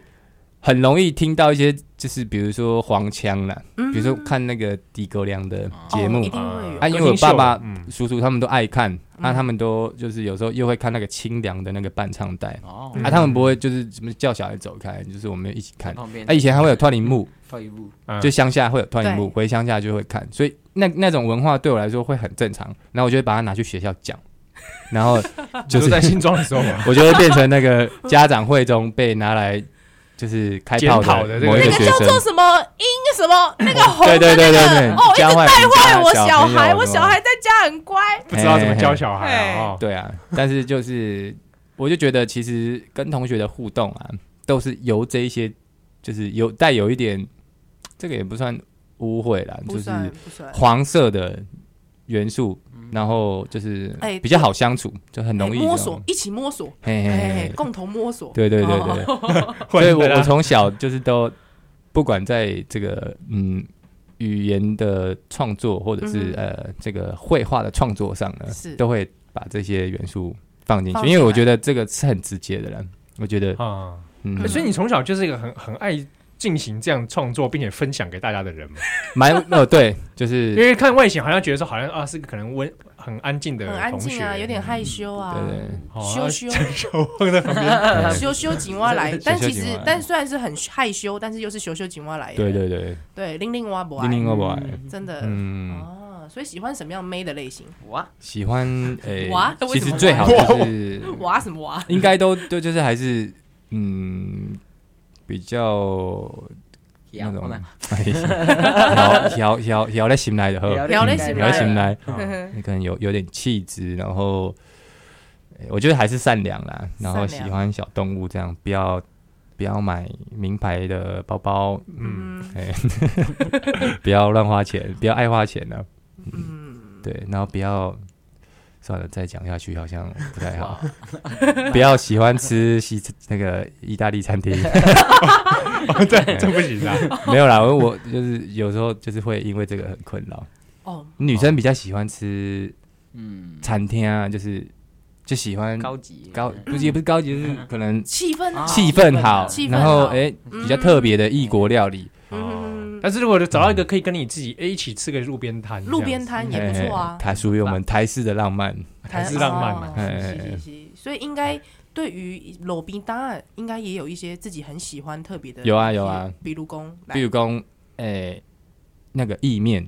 C: 很容易听到一些，就是比如说黄腔啦，
A: 嗯
C: 比如说看那个狄格良的节
A: 哦
C: 目
A: 一，定会有
C: 啊因为我爸爸
B: 嗯，
C: 叔叔他们都爱看，那
A: 嗯
C: 他们都就是有时候又会看那个清凉的那个伴唱带，
D: 哦，
B: 嗯
C: 啊，他们不会就是什么叫小孩走开，就是我们一起
A: 哦
C: 看。
D: 旁边
C: 啊，以前还会有串铃木，
D: 跳一步，
B: 嗯
C: 就乡下会有串铃木，
A: 对
C: 回乡下就会看，所以那那种文化对我来说会很正常。然后我就会把它拿去学校讲，然后
B: 就
C: 就
B: 是是在新庄的时候 嘛，
C: 我就会变成那个家长会中被拿来就是开炮
B: 检讨的这个
C: 某一
A: 那
C: 个
A: 个
C: 学
A: 叫
C: 生
A: 做。什么音什么那个红
C: 对
A: 的
C: 对对对对，
A: 那个哦，一
C: 教
A: 直
C: 坏
A: 带坏我小
C: 朋
A: 孩，
C: 友
A: 我小孩在家很乖。
B: 不知道怎么教小孩
A: 嘿
B: 啊
A: 嘿
B: 哦。
C: 对啊，但是就是我就觉得其实跟同学的互动啊，都是由这一些，就是有带有一点，这个也不算污秽啦，
A: 不
C: 就是
A: 算不算，
C: 黄色的元素，
B: 嗯
C: 然后就是
A: 哎
C: 比较好相处，就很容易
A: 摸
C: 这种
A: 索，，一起摸索，
C: 嘿嘿
A: 哎
C: 嘿，，
A: 共同摸索。
C: 对对对
A: 哦
C: 对，
B: 或
C: 所以
B: 者
C: 我
B: 大
C: 我
B: 家
C: 从小就是都不管在这个嗯。语言的创作，或者是、
A: 嗯哼
C: 呃，这个绘画的创作上呢，
A: 是
C: 都会把这些元素放进
A: 放
C: 去，
A: 进
C: 因为我
A: 来
C: 觉得这个是很直接的啦。我觉得，
B: 啊，
C: 嗯，
B: 所以你从小就是一个很很爱进行这样创作，并且分享给大家的人嘛。
C: 蛮呃，对，就
B: 因
C: 是
B: 为看外形好像觉得说，好像啊是个可能温很安静的
A: 很安
B: 同学，
A: 静啊，有点害羞啊，
C: 嗯 对。
B: 好
A: 羞羞
B: 啊就放在旁边。
A: 羞羞井蛙来 但
C: 羞羞
A: 其
C: 井蛙
A: 实
C: 来，
A: 但虽然是很害羞，但是又是羞羞井蛙来的。
C: 对对对，
A: 对，玲玲蛙不爱
C: 另，另外我
A: 真的。
C: 嗯，
A: 哦，所以喜欢什么样妹的类型？
D: 哇，
C: 喜欢诶
A: 哇，
C: 其
A: 为什
C: 实
A: 么
C: 最好就是
A: 娃什么娃？
C: 应该都都就是还是嗯比较那 种
D: 呢，
C: 摇摇摇摇在心来的呵，
A: 摇在心内
C: 摇在心来，
A: 呵
C: 你可能有有点气质，然后、诶我觉得还是善良啦，然后
A: 善
C: 喜
A: 良
C: 欢小动物这样，不要不要买名牌的包包，
B: 嗯，
A: 嗯
C: 不要乱花钱，不要爱花钱呢、啊
A: 嗯，
C: 对，然后不要算了，再讲下去好像不太好
D: 哇，
C: 不要喜欢吃西那个意大利餐厅，
B: 哦对，这不行 啊。
C: 没有啦，我我就是有时候就是会因为这个很困扰，
A: 哦，
C: 女生比较喜欢吃
D: 嗯，
C: 餐厅啊，就是就喜欢。
D: 高级
C: 高不是也不是高级，就是可能
A: 气氛
D: 啊
C: 气氛好，
A: 气氛
C: 然后
A: 好
C: 哎、比较特别的异国料理，
A: 嗯
B: 哦但是如果找到一个可以跟你自己哎一起吃个路边摊，
A: 路边摊也不错啊，
C: 它属于我们台式的浪漫，
B: 还是浪漫嘛。
A: 哦是
C: 哎
A: 是是是所以应该对于裸兵档案，应该也有一些自己很喜欢特别的，
C: 有啊有啊，
A: 比如公，来
C: 比如讲哎、那个意面，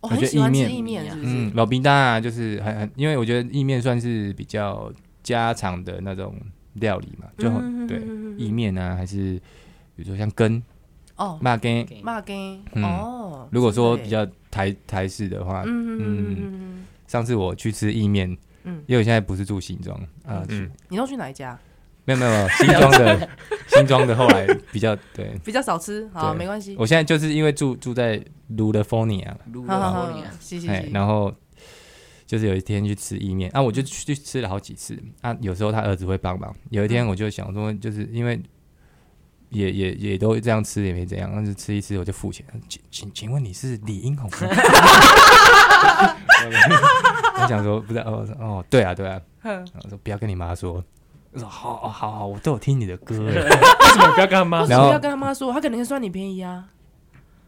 A: 我
C: 我觉
A: 哦很
C: 得
A: 喜欢
C: 意
A: 吃
C: 面
A: 意面，是不
C: 嗯
A: 是，？
C: 老兵当然就是很很，因为我觉得意面算是比较家常的那种料理嘛，就
A: 嗯
C: 很、对意面啊，还是比如说像羹、
A: 哦，
C: 麻羹，
A: 骂根
C: 嗯
A: 哦。
C: 如果说
A: 真的耶
C: 比，较台台式的话，
A: 嗯嗯嗯嗯嗯，
C: 上次我去吃意面，
A: 嗯
C: 因为我现在不是住新庄啊，去
B: 嗯，
A: 你都去哪一家？
C: 没有没有没有新庄 的新庄的后来比较对。
A: 比较少吃，好，
C: 对
A: 没关系。
C: 我现在就是因为住住在 Ludophone 啊，
D: 如
A: 好好好
D: 果，
A: 谢谢
C: 哎
A: 谢，谢。嗯
C: 然后就是有一天去吃意面啊，我就去去吃了好几次啊。有时候他儿子会帮忙，有一天
A: 嗯
C: 我就想说，就是因为也也也都这样吃也没怎样，但是吃一吃我就付钱。啊请请请问你是李英红吗？ 我想说不是哦我说哦对啊对啊，
A: 哼
C: 然后说不要跟你妈说。我说好好好好，我都有听你的歌耶，
B: 为什么不要跟他妈
A: 为什
B: 说？
C: 然后
A: 么要跟他妈说？他可能算你便宜啊，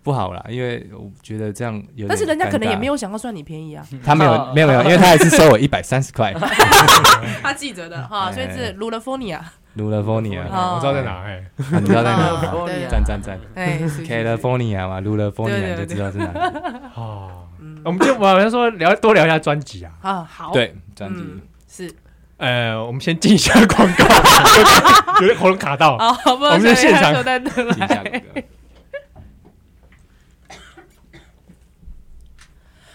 C: 不好啦，因为我觉得这样有点
A: 但是人家可能也
C: 尴尬
A: 没有想要算你便宜啊。
C: 他没有，没有，没有，因为他还是收我一百三 十块。
A: 他记着的哈，
C: 哎
A: 所以是 Lulifornia，
C: 卢勒 n i 啊，
A: 哦
B: 我知道在哪哎。
C: 啊你知道在哪
A: 哦
C: 吗？
A: 对
C: 赞赞赞
A: 哎，是
C: ，California 嘛，卢勒 n i
A: 对对
C: 啊，
A: 对
C: 就知道是哪里。
B: 哦，我们就我们说聊多聊一下专辑啊。
A: 啊，好，
C: 对，专辑
A: 嗯，是
B: 呃，我们先进一下广 告，有点喉咙卡到。
A: 啊，不
B: 我
A: 然
B: 们是现场
A: 就在那
C: 听一下歌。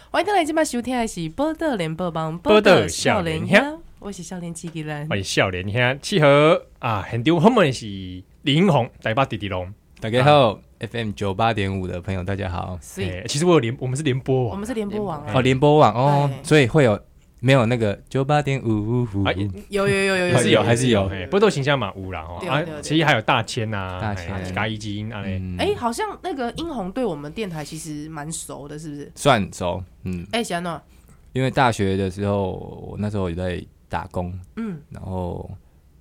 A: 欢迎大家今晚收听的是《波特联播帮》，
B: 报道
A: 少
B: 少
A: 年
B: 年
A: 兄，我是少年机器人。
B: 欢迎笑脸，你看契合啊，很丢。后面是李英红，台北弟弟龙，
C: 大家好，FM 九八点五的朋友，大家好。
A: 所以
B: 哎，其实我有联，我们是联播
A: 我
B: 网
A: 们是联播网啊
C: 哦，，联播网哦，
A: 哎
C: 所以会有没有那个九八点五嗯五
B: 啊，也
A: 有有有有
B: 还是有，
C: 还是有
B: 哎，不都形象嘛，五啦哦，
A: 对
B: 啊
A: 对，对
B: 其实还有大千呐，
C: 大千
B: 哎嘎一基因啊嘞，
C: 嗯，
A: 哎、好像那个殷红对我们电台其实蛮熟的，是不是？
C: 算熟，嗯，
A: 哎、小诺，
C: 因为大学的时候，我那时候也在打工，
A: 嗯，
C: 然后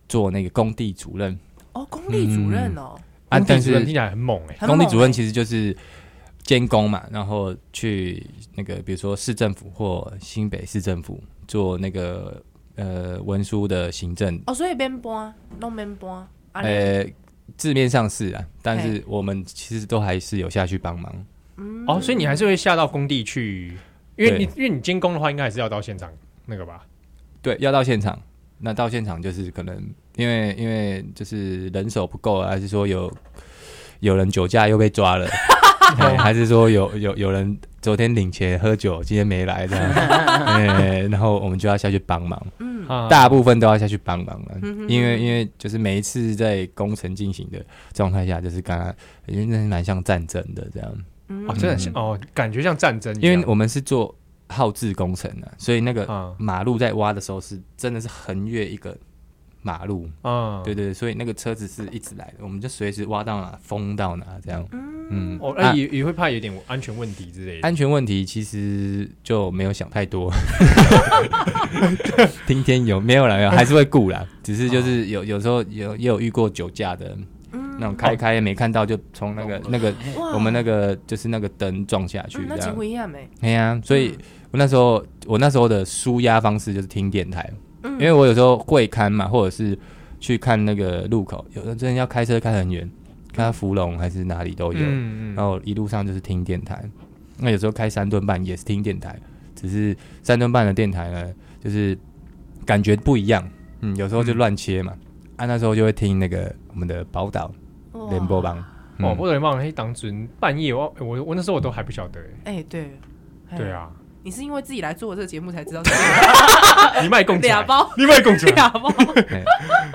C: 做那个工地主任
A: 哦，公立主任哦，
C: 啊，
B: 哎工地
C: 但
B: 主任
C: 是
B: 听起来很猛哎，
A: 很
C: 工
A: 猛
C: 地主
A: 欸
C: 任其实就是监工嘛，然后去那个比如说市政府或新北市政府做那个呃文书的行政，
A: 哦，所以边播弄边播，啊，你
C: 呃字面上是啊，但是我们其实都还是有下去帮忙，
B: 哦，所以你还是会下到工地去，因为
C: 对
B: 你因为你监工的话，应该还是要到现场那个吧？
C: 对，要到现场。那到现场就是可能因为因为就是人手不够啊，还是说有有人酒驾又被抓了，哎还是说有有有人昨天领钱喝酒，今天没来这样，哎然后我们就要下去帮忙，
B: 啊，
C: 大部分都要下去帮忙了，因为因为就是每一次在工程进行的状态下，就是刚刚因为那是蛮像战争的这样，
B: 哦，真的像哦，感觉像战争一
C: 嗯因
B: 样，
C: 为我们是做耗制工程的、所以那个
B: 啊
C: 马路在挖的时候是真的是横越一个马路，
B: 啊，
C: 对对，对所以那个车子是一直来的，我们就随时挖到哪封到哪这样。嗯，
B: 哦，
C: 啊
B: 那也也会怕有点安全问题之类的。
C: 安全问题其实就没有想 太多，听天由没有 啦，没有还是会顾啦，只
B: 哦
C: 是就是有有时候有也有遇过酒驾的，那种开开没看到就从
B: 哦
C: 那个那个
A: 嗯哇
C: 我们那个就是那个灯撞下去
A: 嗯，那嗯
C: 这
A: 情
C: 样
A: 危，险没？
C: 哎呀，所以我那时候我那时候的舒压方式就是听电台，
A: 嗯
C: 因为我有时候会看嘛，或者是去看那个路口，有的真的要开车开很远，看到芙蓉还是哪里都有，
B: 嗯嗯
C: 然后一路上就是听电台。那有时候开三顿半也是听电台，只是三顿半的电台呢，就是感觉不一样。嗯，有时候就乱切嘛。啊，那时候就会听那个我们的宝岛
A: 哇
C: 联播榜。嗯
B: 哦，不能忘了，嘿当准半夜我我我那时候我都还不晓得欸，
A: 哎、对，哎
B: 对，啊，
A: 你是因为自己来做这个节目才知道 这个
B: 你卖共
C: 啊
A: 俩
B: 产，
A: 包
B: 你卖 共产，
A: 俩包，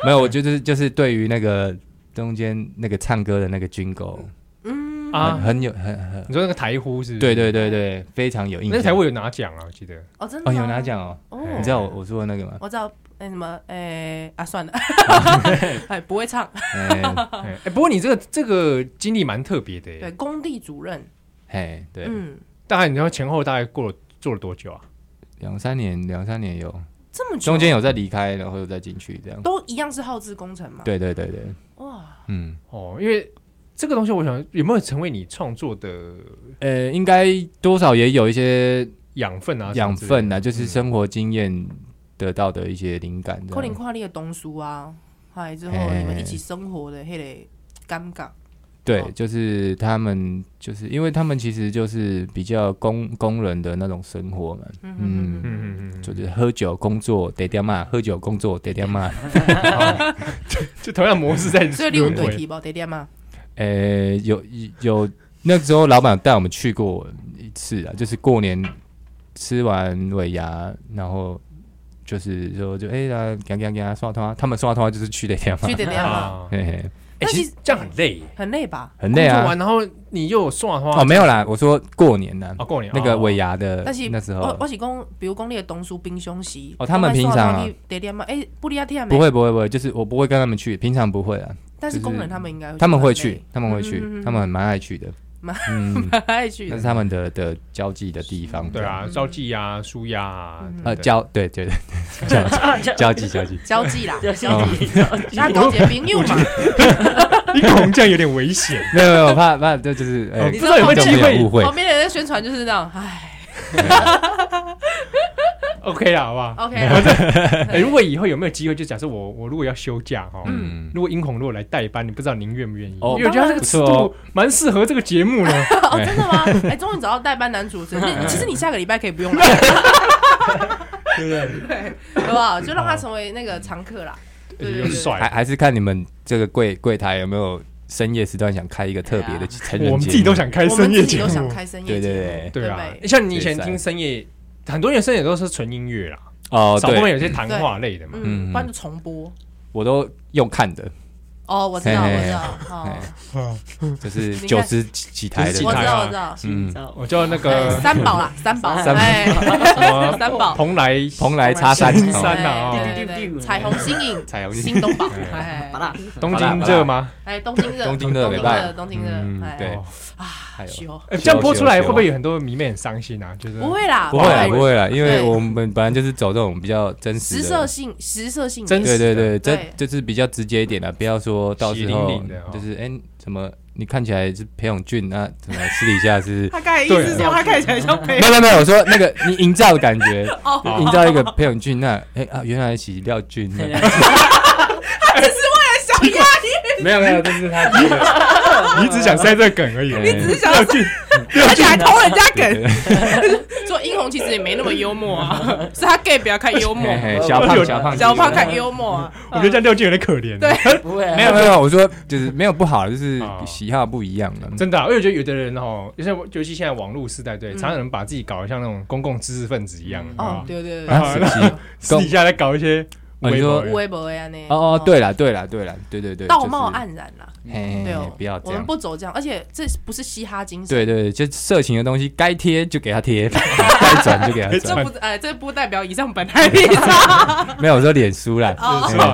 C: 没有，我就是就是对于那个中间那个唱歌的那个军狗
A: 嗯
B: 啊
C: 很很有很很
B: 你说那个台呼是？
C: 对，对对对，非常有印
B: 那
C: 象。
B: 个台呼有拿奖啊，我记得。
A: 哦，真的
C: 哦，
A: 吗
C: 有拿奖哦。
A: 哦，
C: 你知道 我我说的那个吗？
A: 我知道，哎、什么，哎、啊，算 了，哎，不会唱，
C: 哎
B: 哎，哎不过你这个这个经历蛮特别的
A: 对，
B: 耶，
A: 工地主任，
C: 哎，对，
A: 嗯，
B: 大概你知道前后大概过了做了多久啊？
C: 两三年两三年有，
A: 这么久
C: 中间有再离开，然后又再进去这样。
A: 都一样是耗资工程嘛？，
C: 对对对对，
A: 哇，
C: 嗯，
B: 哦，因为这个东西，我想有没有成为你创作的
C: 呃，应该多少也有一些
B: 养分啊？
C: 养分
B: 啊，
C: 呢，就是生活经验得到的一些灵感这
A: 可能
C: 样。
A: 看你的东叔啊，嗨之后
C: 嘿
A: 你们一起生活的迄个尴尬，
C: 对
A: 哦，
C: 就是他们，就是因为他们其实就是比较工工人的那种生活嘛，
A: 嗯
C: 嗯，
B: 嗯嗯嗯，
C: 就是喝酒工作得掉骂，喝酒工作得掉骂，
B: 就同样模式
C: 嗯
B: 在
A: 所以你有
B: 轮
A: 对
B: 回
A: 题吧？对点 吗？
C: 呃，有有那时候老板带我们去过一次啊，就是过年吃完尾牙，然后就是说就哎呀，给给给他刷通啊，他们刷通啊就是去的地方
A: 去，对点吗？
B: 啊。
C: 嘿嘿，
B: 哎，
A: 那
B: 其
A: 其
B: 实
A: 实
B: 这样很累耶，欸
A: 很累吧？
C: 很累
B: 工作
C: 啊
B: 完。然后你又有算花
C: 哦，没有啦，我说过年呢、
B: 哦，过年
C: 那个尾
B: 牙
C: 牙的
A: 但是
C: 呃那时
A: 我
C: 候
A: 我是讲，比如讲你的东叔冰凶席
C: 哦他们平常啊
A: 对点吗？哎，不离啊天
C: 不，会不会不会，就是我不会跟他们去，平常不会啊，
A: 但是
C: 就是
A: 工人他们应该
C: 他们会
A: 觉得很
C: 去
A: 累，
C: 他们会去，
A: 嗯嗯嗯
C: 他们蛮爱去的，
A: 蛮
C: 嗯，
A: 蛮爱去
C: 那是
A: 的。
C: 他们的的交际的地方，
B: 对，啊，招妓啊，舒压啊，
A: 嗯
C: 呃，
B: 对
C: 交对对对，交际 交际哦交际，
A: 交际啦，
D: 就像你
A: 他交际朋友嘛，
B: 你红这样有点危险，哦
C: 没有没有，我怕怕 这就是呃
B: 不知道有没有机
C: 这种有误
B: 会
C: 会
A: 旁边的人在宣传就是这样，哎
B: ，OK 啦，好不好？
A: ，OK，
B: 哎，如果以后有没有机会，就假设我我如果要休假哈，
C: 嗯
B: 如果英红如果来代班，你不知道您愿不愿意？
C: 哦
B: 因为我觉得他这个
C: 不
B: 尺
C: 错哦
B: 度蛮适合这个节 目的。
A: 哦，真的吗？哎，终于找到代班男主持人，其实你下个礼拜可以不用来，对不对？对，好不好？就让他成为那个常客啦。对对
B: 哎又
A: 对
C: 还
B: 帅，
C: 还是看你们这个柜柜台有没有深夜时段想开一个特别的成人节目
B: 我们自己都想开
A: 我们
B: 深夜
A: 自己
B: 节
A: 都想
B: 目，
A: 开深夜
C: 对
A: 节目，
C: 对对
B: 对啊
A: 对不，对
B: 像你以前听深夜，很多人深夜都是纯音乐啦，
C: 哦，
B: 少部分
C: 对，
B: 有些谈话类的嘛。
A: 嗯，
C: 嗯
A: 不然就重播。
C: 我都用看的，
A: 哦，我知道，
C: 嘿
A: 我知道，哦，
C: 就是
A: 看
C: 九十几几台的
B: 九十
A: 我
B: 几
A: 知
B: 台
A: 道，
B: 啊
A: 我知道，
C: 嗯，
B: 我叫那
A: 哎
B: 个
A: 三宝啦，三宝，
D: 三宝
A: 哎，
B: 什么
A: 三宝，
B: 蓬莱
C: 蓬莱叉三
B: 新
C: 哦
B: 山啊，
A: 哎
B: 哦
A: 对对
D: 丢丢
A: 对
D: 丢
A: 彩虹新影，
C: 彩虹
A: 新东宝，
C: 哎
A: 哎
D: 好，啦，
B: 东京热吗？
A: 哎，东京热，
C: 东京热
A: 东京
C: 北拜
A: 热，东京
C: 嗯
A: 热，哎，
C: 对
B: 哦，
C: 还有
A: 修
B: 哎这样播出来会不会有很多迷妹很伤心啊？就是
A: 不会啦，
C: 不会啦，
B: 哎
C: 不会啦，因为
A: 对
C: 我们本来就是走这种比较真实
A: 实
C: 的，
A: 色性，实色性，
B: 真
C: 对对对，
A: 对
C: 真就是比较直接一点的，不要说到时
B: 血
C: 候
B: 淋淋的哦
C: 就是哎、怎么你看起来是裴勇俊啊，怎么私底下是？
A: 他刚才意
B: 思是
D: 说他看起来
A: 像
C: 没有没有没有，我说那个你营造的感觉，
A: 哦
C: 就营造一个裴勇俊那哎、啊原来是廖俊那，
A: 小鸭，
C: 没有没有，这是他觉得
B: 你只想塞这个梗而已，
C: 你只
A: 是想
B: 廖俊
A: 而且还偷人家梗，
C: 对对
A: 说英红其实也没那么幽默啊，是他 gay 不要看幽默，
C: 嘿嘿小胖小胖
A: 小胖看幽默啊，
B: 我觉得这样廖俊有点可怜。
A: 对
D: 不会啊，
C: 没有没有，没有我说就是没有不好，就是
B: 哦
C: 喜好不一样的。
B: 真的啊、因为我觉得有的人哦，就像尤其现在网络时代，对，常常有人把自己搞得像那种公共知识分子一样，
A: 哦
B: 啊，，
A: 对对对，
B: 然后
C: 啊什么
B: 私底下在搞一些
C: 哦你
B: 微
C: 说
B: 博
C: 对
A: 无微博呀呢，
C: 哦哦，对了对了对了，对对对，
A: 道貌
C: 就是
A: 岸然啦，
C: 嘿
A: 对
C: 嘿嘿
A: 哦，
C: 不要
A: 我
C: 这
A: 们
C: 样。
A: 不走这样，而且这不是嘻哈精神，
C: 对对，对就色情的东西该贴就给他贴， 该转就给他
A: 这
C: 转。
A: 不哎，这不代表以上本台立场。
C: 没有，我说脸书啦，
B: 是
C: 嘿
B: 吧？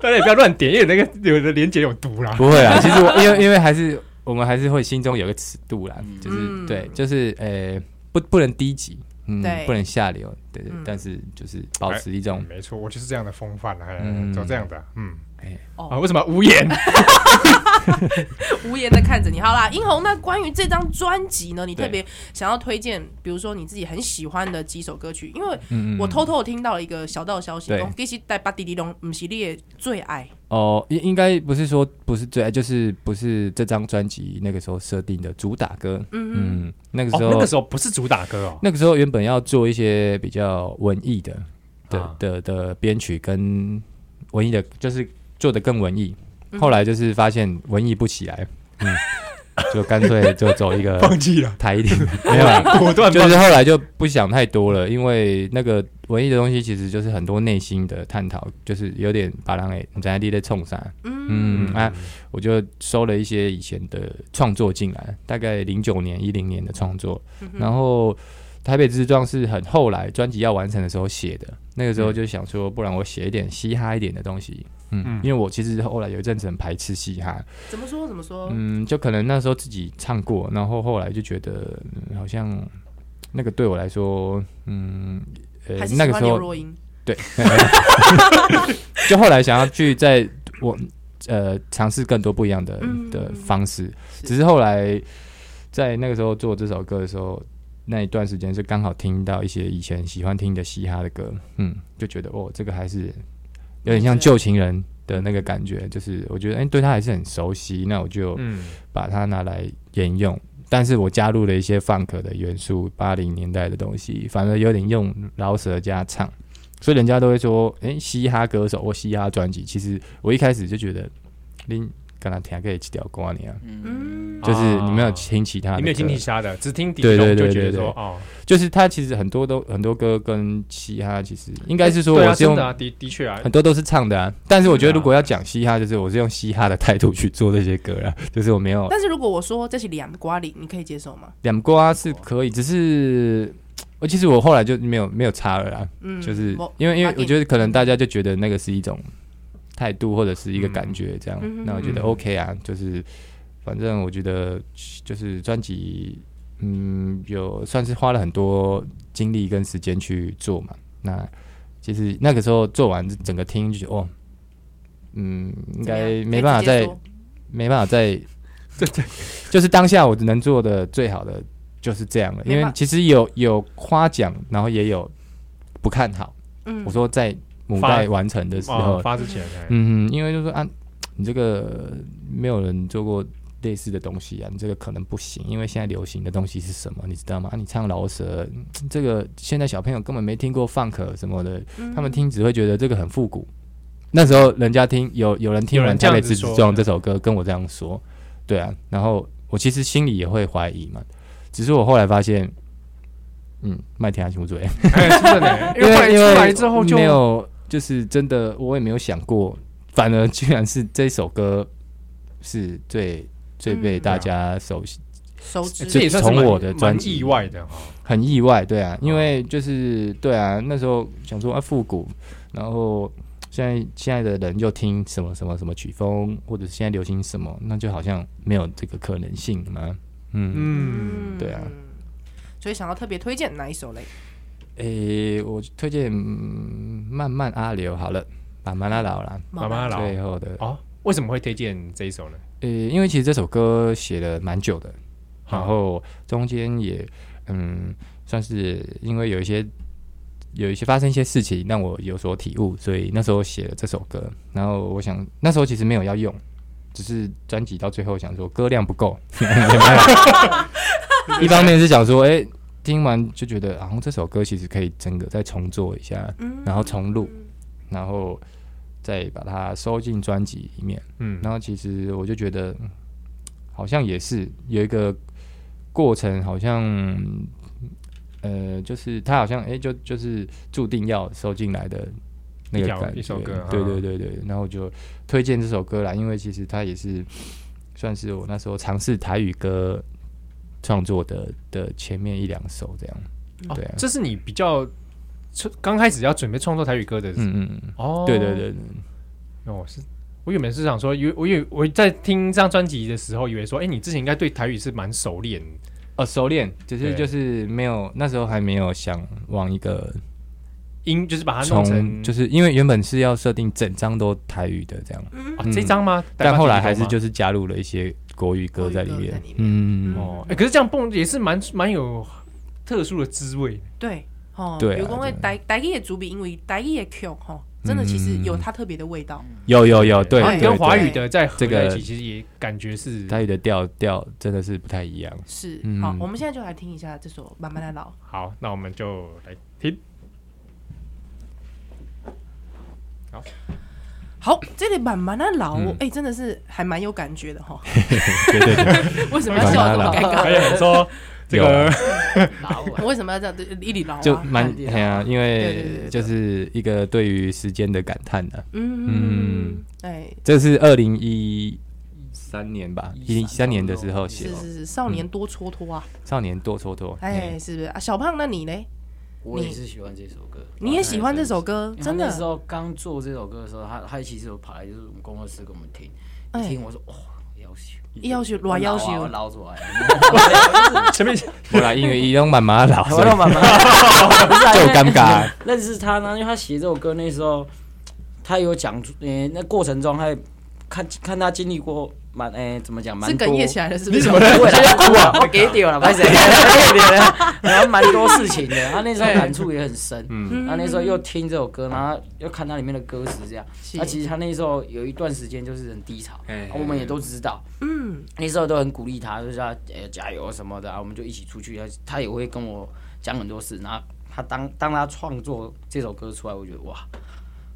B: 大家也不要乱点，因为那个有的连接有毒啊啦。
C: 不会啦，其实我因为因为还是我们还是会心中有个尺度啦，
D: 嗯
C: 就是、
A: 嗯
C: 对，就是呃不不能低级，嗯
A: 对，
C: 不能下流，对对，
A: 嗯
C: 但是就是保持一种
B: 没错，我就是这样的风范啊，
C: 嗯
B: 走这样的，嗯
C: 哎。
A: 哦
B: 啊，为什么无言？
A: 无言的看着你。好啦，殷红，那关于这张专辑呢，你特别想要推荐，比如说你自己很喜欢的几首歌曲，因为
C: 嗯嗯
A: 我偷偷地听到了一个小道消息，
C: 对
A: 讲其实带巴迪迪龙不是你的最爱
C: 哦，应应该不是说不是最爱，就是不是这张专辑那个时候设定的主打歌，嗯那个
B: 哦
C: 时，候、
B: 那个时候不是主打歌哦，
C: 那个时候原本要做一些比较文艺的的、
B: 啊
C: 的的编曲跟文艺的，就是做的更文艺。后来就是发现文艺不起来，嗯，就干脆就走一个
B: 放弃了，
C: 台一点，呃没有 啦，
B: 果断
C: 就
B: 放
C: 是后来就不想太多了，因为那个文艺的东西其实就是很多内心的探讨，就是有点把人给你在地在冲啥，嗯啊，我就收了一些以前的创作进来，大概零九年、一零年的创作，然后《台北之状》是很后来专辑要完成的时候写的，那个时候就想说，不然我写一点嘻哈一点的东西，嗯，
B: 嗯
C: 因为我其实后来有一阵子很排斥嘻哈，
A: 怎么说怎么说？
C: 嗯，就可能那时候自己唱过，然后后来就觉得、嗯好像那个对我来说，嗯，呃
A: 还，是
C: 那
A: 喜
C: 个
A: 欢
C: 时
A: 刘
C: 候
A: 若英？
C: 就后来想要去在我呃尝试更多不一样的
A: 嗯
C: 的方式，
A: 是
C: 只是后来在那个时候做这首歌的时候，那一段时间是刚好听到一些以前喜欢听的嘻哈的歌，嗯，就觉得哦，这个还是有点像旧情人的那个感觉，就是我觉得哎、对他还是很熟悉，那我就
B: 嗯，
C: 把它拿来沿用。但是我加入了一些 funk 的元素，八零年代的东西，反而有点用饶舌加唱，所以人家都会说，诶，嘻哈歌手或嘻哈专辑。其实我一开始就觉得，你刚才听可以掉瓜你啊，
A: 嗯，
C: 就是你没有
B: 啊
C: 听其他的歌，
B: 你没有听其他的，只听底
C: 嗯对对
B: 龙
C: 对
B: 就觉得
C: 对
B: 说
C: 对
B: 哦，
C: 就是他其实很多都很多歌跟嘻哈其实应该是说
B: 对啊
C: 我是
B: 真
C: 用
B: 的啊，的的确啊，
C: 很多都是唱的啊，但是我觉得
B: 真的啊
C: 如果要讲嘻哈，就是我是用嘻哈的态度去做这些歌啊，就是我没有
A: 但是如果我说这是两瓜里，你可以接受吗？
C: 两瓜是可以，只是我其实我后来就没有没有差了啦，
A: 嗯，
C: 就是
A: 我
C: 因为因为
A: 我
C: 我觉得可能大家就觉得那个是一种态度或者是一个感觉这样，
A: 嗯嗯
C: 那我觉得
B: 嗯
C: OK 啊，就是反正我觉得就是专辑，嗯，有算是花了很多精力跟时间去做嘛，那其实那个时候做完整个听就觉得哦，嗯，应
A: 怎么样
C: 该没办
A: 可以直啊
C: 法
A: 接
C: 再
A: 说
C: 没办法再，这这就是当下我能做的最好的就是这样了。因
A: 没
C: 为
A: 办
C: 其实有有夸奖，然后也有不看好。
A: 嗯
C: 我说在母
B: 发
C: 带完成的时
B: 哦
C: 候，
B: 发 之前，哎
C: 嗯，因为就说啊，你这个没有人做过类似的东西啊，你这个可能不行，因为现在流行的东西是什么，你知道吗？啊，你唱饶舌，嗯这个现在小朋友根本没听过 funk 什么的，
B: 嗯
C: 他们听只会觉得这个很复古。那时候人家听有有人听
B: 有
C: 完
B: 人
C: 《
B: 这
C: 台
B: 样
C: 北
B: 子
C: 之之
B: 说
C: 状》这首歌跟我这样说，对啊，然后我其实心里也会怀疑嘛，只是我后来发现，嗯，麦田还行无所谓，
B: 哎，真的呢，因为后来出来之后就
C: 没有，就是真的我也没有想过反而居然是这首歌是最最被大家熟悉，
A: 嗯手指
B: 这也算是
C: 从
B: 蛮
C: 我的专辑
B: 蛮意外的哈。
C: 很意外，对
B: 哦
C: 啊，因为就是对啊，那时候想说啊复古，然后现在现在的人就听什么什么什么曲风，或者是现在流行什么，那就好像没有这个可能性嘛，嗯。
B: 嗯，
C: 对啊，
A: 所以想要特别推荐哪一首嘞？
C: 诶、我推荐、嗯慢慢阿流好了，把曼拉老啦，
B: 妈妈老
C: 最后的，
B: 哦，为什么会推荐这一首呢？
C: 诶、呃因为其实这首歌写了蛮久的，然后中间也嗯，算是因为有一些有一些发生一些事情让我有所体悟，所以那时候写了这首歌。然后我想那时候其实没有要用，只是专辑到最后想说歌量不够，一方面是想说，哎、听完就觉得，然后这首歌其实可以整个再重做一下，然后重录，然后再把它收进专辑里面。
B: 嗯，
C: 然后其实我就觉得，嗯好像也是有一个过程，好像呃，就是他好像哎、就就是注定要收进来的那个
B: 一条
C: 感觉，
B: 一首歌
C: 对
B: 啊
C: 对对对。然后我就推荐这首歌啦，因为其实它也是算是我那时候尝试台语歌创作的的前面一两首这样。
B: 哦
C: 对啊，
B: 这是你比较出刚开始要准备创作台语歌的
C: 嗯嗯嗯，
B: 哦，
C: 对对对，对
B: 哦是。我原本是想说，以为我以为我在听这张专辑的时候，以为说，哎、你之前应该对台语是蛮熟练的，
C: 哦，熟练，只
B: 对
C: 是就是没有那时候还没有想往一个
B: 音就是把它啊弄
C: 从
B: 成
C: 就是因为原本是要设定整张都台语的这样，
B: 啊这张吗？
C: 嗯但后来还
B: 代表
C: 是
B: 地方吗
C: 就是加入了一些国语歌在里
A: 国语歌在
C: 面
A: 里面。
C: 嗯，
A: 嗯
B: 哦，哎、可是这样蹦也是蛮蛮有特殊的滋味。
A: 对，哦，
C: 对啊
A: 比如讲
C: 对
A: 会
C: 啊
A: 台台语的主笔，因为台语的 Q 哈，真的其实有它特别的味道。
C: 有有有，对
B: 然后
A: 哎
B: 你
C: 对
B: 啊跟华
C: 对
B: 语的在合
C: 这
B: 在
C: 个
B: 一起，其实也感觉是
C: 台语的调调真的是不太一样。
A: 是，
C: 嗯
A: 好，我们现在就来听一下这首《慢慢的老》。
B: 好。那我们就来 听，
A: 好，这里慢慢的老，哎，真的是还蛮有感觉的哈。
C: 嗯 对对对，
A: 为什么要笑得这么尴
B: 可
A: 尬？
B: 以 说这个
D: 老啊
A: 为什么要这样对一里老啊？
C: 就蛮
D: 看得到
C: 哎呀，因
A: 对对对
C: 为
A: 对
C: 就是一个对于时间的感叹呢。
A: 嗯
C: 嗯，
A: 哎，
C: 这是二零一三年吧，一零三年的时候写
A: 是
C: 的
A: 是是，少年多蹉�跎啊！
C: 《少年多蹉跎》。
A: 哎，是不是啊？小胖，那你嘞？
D: 我也是喜欢这首歌，啊
A: 你也喜欢这首歌
D: 因？为他
A: 真
D: 哎那时
A: 的？
D: 候刚做这首歌的时候，他他其实有跑来就是我们工作室给我们听，一听我说哇，要求
A: 哎
D: 啊
A: 要求乱要求
D: 我捞 出来，
C: 啊
B: 前面
C: 后来因为一用慢 慢老，
D: 我啊老板妈
C: 就有尴尬。
D: 认识他呢，因为他写这首歌那时候，他有讲出，诶，那过程中他也看看他经历过蛮，诶，怎么讲，蛮
A: 是
D: 多
A: 哽咽起 来了，是不是？
D: 我现在哭啊，我给丢 了，拍谁？给丢了，然后蛮多事情的，他那时候感触也很深。嗯，他那时候又听这首歌，然后又看它里面的歌词，这样。
A: 是
D: 那其实他那时候有一段时间就是很低潮啊
C: 哎，
D: 我们也都知道。嗯，那时候都很鼓励他，就是他呃加油什么的啊，我们就一起出去。他他也会跟我讲很多事，然后他当当他创作这首歌出来，我觉得哇，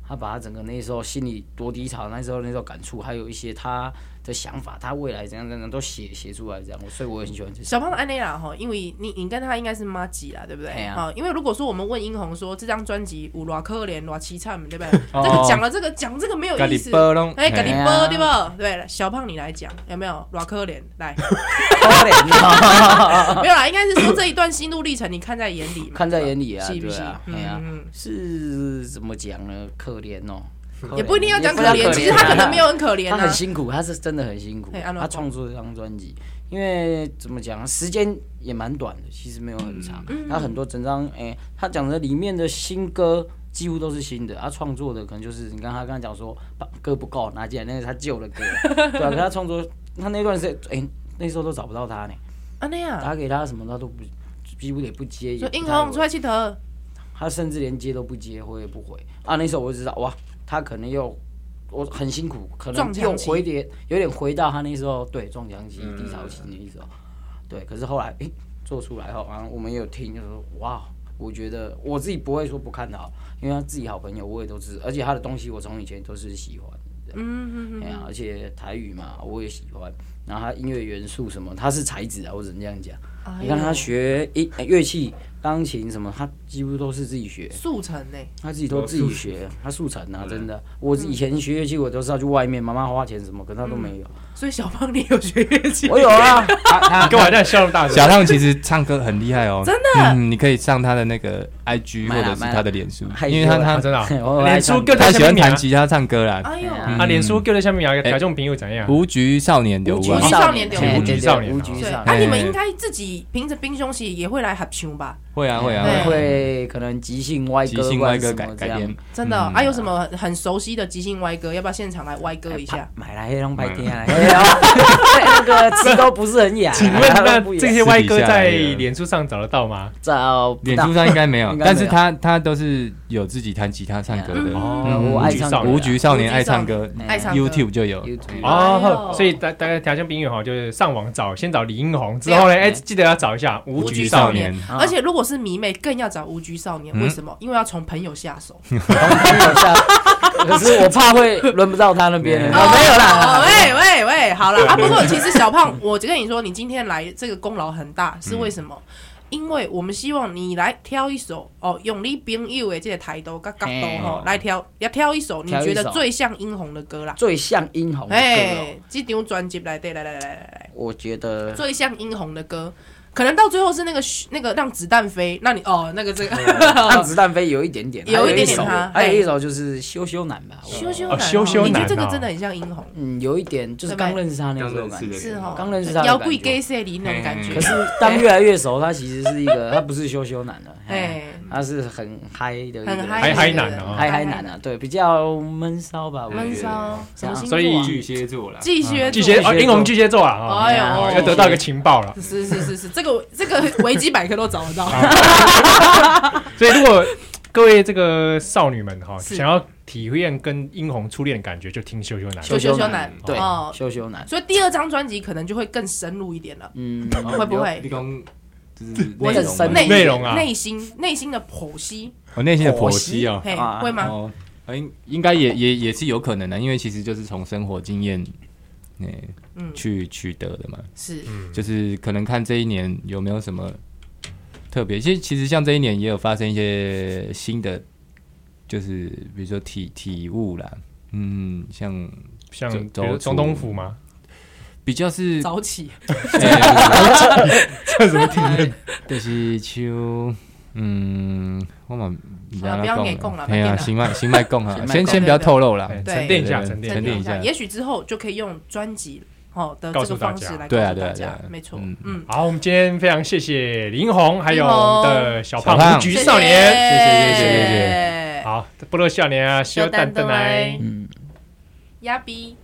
D: 他把他整个那时候心里多低潮，那时候那时候感触，还有一些他的想法，他未来怎样怎样都写写出来这样，我所以我很喜 欢这首。
A: 小胖的安内啦哈，因为你你跟他应该是妈吉啦，对不对？
D: 嘿啊
A: 好因为如果说我们问殷红说这张专辑有多可怜、多凄惨，对不对？
D: 哦
A: 这个讲了这个讲这个没 有意思。
C: 拢
A: 哎，给你
D: 嘿
A: 播
D: 啊
A: 对不？对，小胖你来讲有没有多可怜？来， 没有啦，应该是说这一段心路历程你看在眼里嘛，
D: 看在眼里啊，
A: 是不
D: 对
A: 是
D: 啊？，哎
A: 嗯
D: 呀，
A: 嗯，
D: 是怎么讲呢？可怜哦，可怜啊
A: 也不一定要讲可
D: 也
A: 怜，
D: 不
A: 其
D: 一定
A: 实
D: 要
A: 他可能没有很可怜
D: 他
A: 啊
D: 很。辛苦，他是真的很辛苦。
A: 嘿安诺
D: 他创作这张专辑，因为怎么讲，时间也蛮短的，其实没有很长。
A: 嗯
D: 他很多整张，哎、他讲的里面的新歌几乎都是新的，他创作的可能就是你刚他刚才讲说把歌不够拿进来，那是他 旧的歌，对啊，可他创作他那段时间，哎、那时候都找不到他呢，
A: 安内啊，
D: 打给他什么他都不，几乎也不接。也
A: 说
D: 不
A: 殷
D: 太
A: 红
D: 回
A: 出来气头，
D: 他甚至连接都不接，回也不回啊。那时候我就知道，哇，他可能又我很辛苦，可
A: 撞
D: 能
A: 墙
D: 又
A: 期
D: 回点有点回到他那时候对撞墙期、低潮期那时候，对。可是后来诶、做出来后，然后我们也有听，就说哇，我觉得我自己不会说不看好，因为他自己好朋友我也都知，而且他的东西我从以前都是喜欢的，嗯嗯哎呀，而且台语嘛我也喜欢，
A: 哎
D: 然后他音乐元素什么，他是才子啊，我只能这样讲。你看他学一乐器，钢琴什么，他几乎都是自己学，
A: 速成欸呢、
D: 他自己都自己学，他速成啊，真的。我以前学乐器，我都是要去外面，妈妈花钱什么，可是他都没有。
A: 所以小胖你有学乐器？
D: 我有啊，他 他
B: 跟我在笑那么大
C: 小
B: 声，
C: 浪其实唱歌很厉害哦，
A: 真的
C: 嗯，你可以上他的那个 IG
D: 买
C: 或
D: 啦
C: 者是
D: 买啦
C: 他的脸书，
D: 害羞
C: 因为他
D: 了
B: 啊
C: 他
B: 真的啊，
D: 我
B: 脸书
D: 各
B: 各
C: 他
B: 在
C: 喜
B: 下
C: 欢
B: 面
C: 弹
B: 啊
C: 吉他唱歌啦。
A: 哎呦，
D: 哎呀
B: 啊，脸书各在下面啊，
C: 哎
B: 台中朋友怎样？
C: 无局少年啊刘
A: 无
C: 冠
A: 局，少年
D: 对
B: 无
D: 对
B: 局
D: 对
B: 少年
D: 无
B: 啊
D: 局
A: 对，
D: 少
A: 啊，
D: 年，
A: 你们应该自己凭着冰胸鞋也会来合唱吧？
C: 会啊会啊
A: 对
C: 会
D: 会
C: 啊，
D: 会可能即兴歪
C: 即
D: 歌，
C: 兴
D: 或者
C: 歪歌
D: 什么
C: 改
D: 这
C: 改
D: 样
C: 编，
A: 真
D: 嗯
A: 的啊，有什么很熟悉的即兴歪歌？要不要现场来歪歌一下？
D: 哎买来黑龙白天啊，黑龙那个词都不是很雅。
B: 请问那
D: 不雅
B: 这些歪哥在
C: 私底下
B: 脸书上找得到吗？
D: 找不
C: 脸
D: 到
C: 书上应该没有
D: 应，该没有
C: 但是他他都是有自己弹吉他唱歌的。
B: 哦
C: 嗯
D: 我爱唱歌
B: 无
C: 无局少年爱唱
A: 无
C: 歌
A: 局少年爱唱歌
C: ，YouTube 就有。
D: 哎 YouTube
A: 哎
B: 哦
A: 呦，
B: 所以大大家条件朋友哈，就是上网找，先找李英红，之后呢，哎，记得要找一下无
A: 无
B: 局
A: 局
B: 少
A: 少
B: 年
A: 年，
D: 啊
A: 而且如果是迷妹，更要找无局少年。
C: 嗯
A: 为什么？因为要从朋友下手。
D: 嗯可是我怕会轮不到他那边了。
A: 哦
D: 啊没有
A: 哦
D: 啦，
A: 喂喂喂，好了啊！不过其实小胖， 我就跟你说，你今天来这个功劳很大，是为什么？
D: 嗯
A: 因为我们希望你来挑一首哦，用你朋友的这个台都跟角
D: 嘿
A: 度吼来挑，要挑一首你
D: 挑一
A: 觉
D: 首
A: 得最像殷红的歌啦。
D: 最像殷红的歌
A: 哎，这张专辑来对，来来来来来来，
D: 哦，我觉得
A: 最像殷红的歌，可能到最后是那个那个让子弹飞，那你哦，那个这个
D: 让子弹飞有一点点，
A: 有一点点
D: 还有一
A: 哈
D: 首还有一首就是羞羞男吧，我
A: 羞羞
B: 哦
A: 男，
B: 羞羞
A: 你觉
B: 男
A: 得这个
B: 哦
A: 真的很像殷红，
D: 嗯，有一点就是刚认识他那
E: 刚
D: 种
E: 认
D: 感
E: 识
D: 觉。
E: 的
A: 是哦，
D: 刚认识他的
A: 摇
D: 感
A: 滚
D: 觉
A: gay 色里那种感觉，
D: 可是当越来越熟，他其实是一个，他不是羞羞男了，哎，
A: 哎，
D: 他是很嗨的一个人，
A: 很
B: 嗨
A: 嗨
B: 嗨
A: 的
B: 男
A: 人
B: 啊
D: 嗨嗨男啊，对，比较闷骚吧，我觉得
A: 闷骚，什么星座啊？
B: 所以
E: 巨蟹座啦，
A: 巨蟹座
B: 巨蟹哦，英红巨蟹座啊，哦
A: 哎呦
B: 要得到一个情报 了。
A: 是是是是，这个这个维基百科都找得到。
B: 所以如果各位这个少女们哈，
A: 是
B: 想要体验跟英红初恋的感觉，就听羞羞男。
A: 羞羞男
D: 对
A: 哦，
D: 羞羞男，
A: 所以第二张专辑可能就会更深入一点了，
D: 嗯，
A: 会不会
C: 你讲就是
D: 我
C: 嗯内
D: 很
C: 容吗
D: 深
A: 呃内
B: 内容啊
A: 内心内心的剖析，
C: 我内心的剖析哦。
A: 嘿
D: 啊，
A: 会吗？
C: 哦，应应该也也也是有可能的，因为其实就是从生活经验，嗯、
A: 嗯，
C: 去取得的嘛。
A: 是
C: 就是可能看这一年有没有什么特别。其实其实像这一年也有发生一些新的，就是比如说体体悟啦，嗯，像
B: 像
C: 走
B: 比如
C: 走
B: 总统府嘛，
C: 比较是，
A: 早起，
C: 欸、
B: 这什么体验？
C: 就是像嗯，我嘛不知道
A: 好啦不要
C: 怎么
A: 硬
C: 讲
A: 讲啦
C: 哎
A: 不要紧啦
C: 呀，行迈行迈 共哈，
D: 先
C: 先
A: 讲
C: 先不要透露啦。
B: 哎
A: 对
B: 沉淀一下，
C: 对对
B: 沉淀
C: 沉
A: 沉
C: 淀
A: 淀
C: 一
A: 一
C: 下
A: 下，也许之后就可以用专辑哦的
B: 告
A: 这
B: 诉
A: 个
B: 大
A: 方
B: 家
A: 式来告
C: 对啊
A: 诉
C: 对啊
A: 大
C: 对啊
A: 家，没错
C: 嗯，
A: 嗯，
B: 好，我们今天非常谢谢林红，还有我们的小
C: 小
B: 胖
C: 胖
B: 无局少年。
C: 谢谢谢谢谢
A: 谢，
D: 嗯
B: 好，不落少年啊，小蛋蛋来。
A: 鸭逼。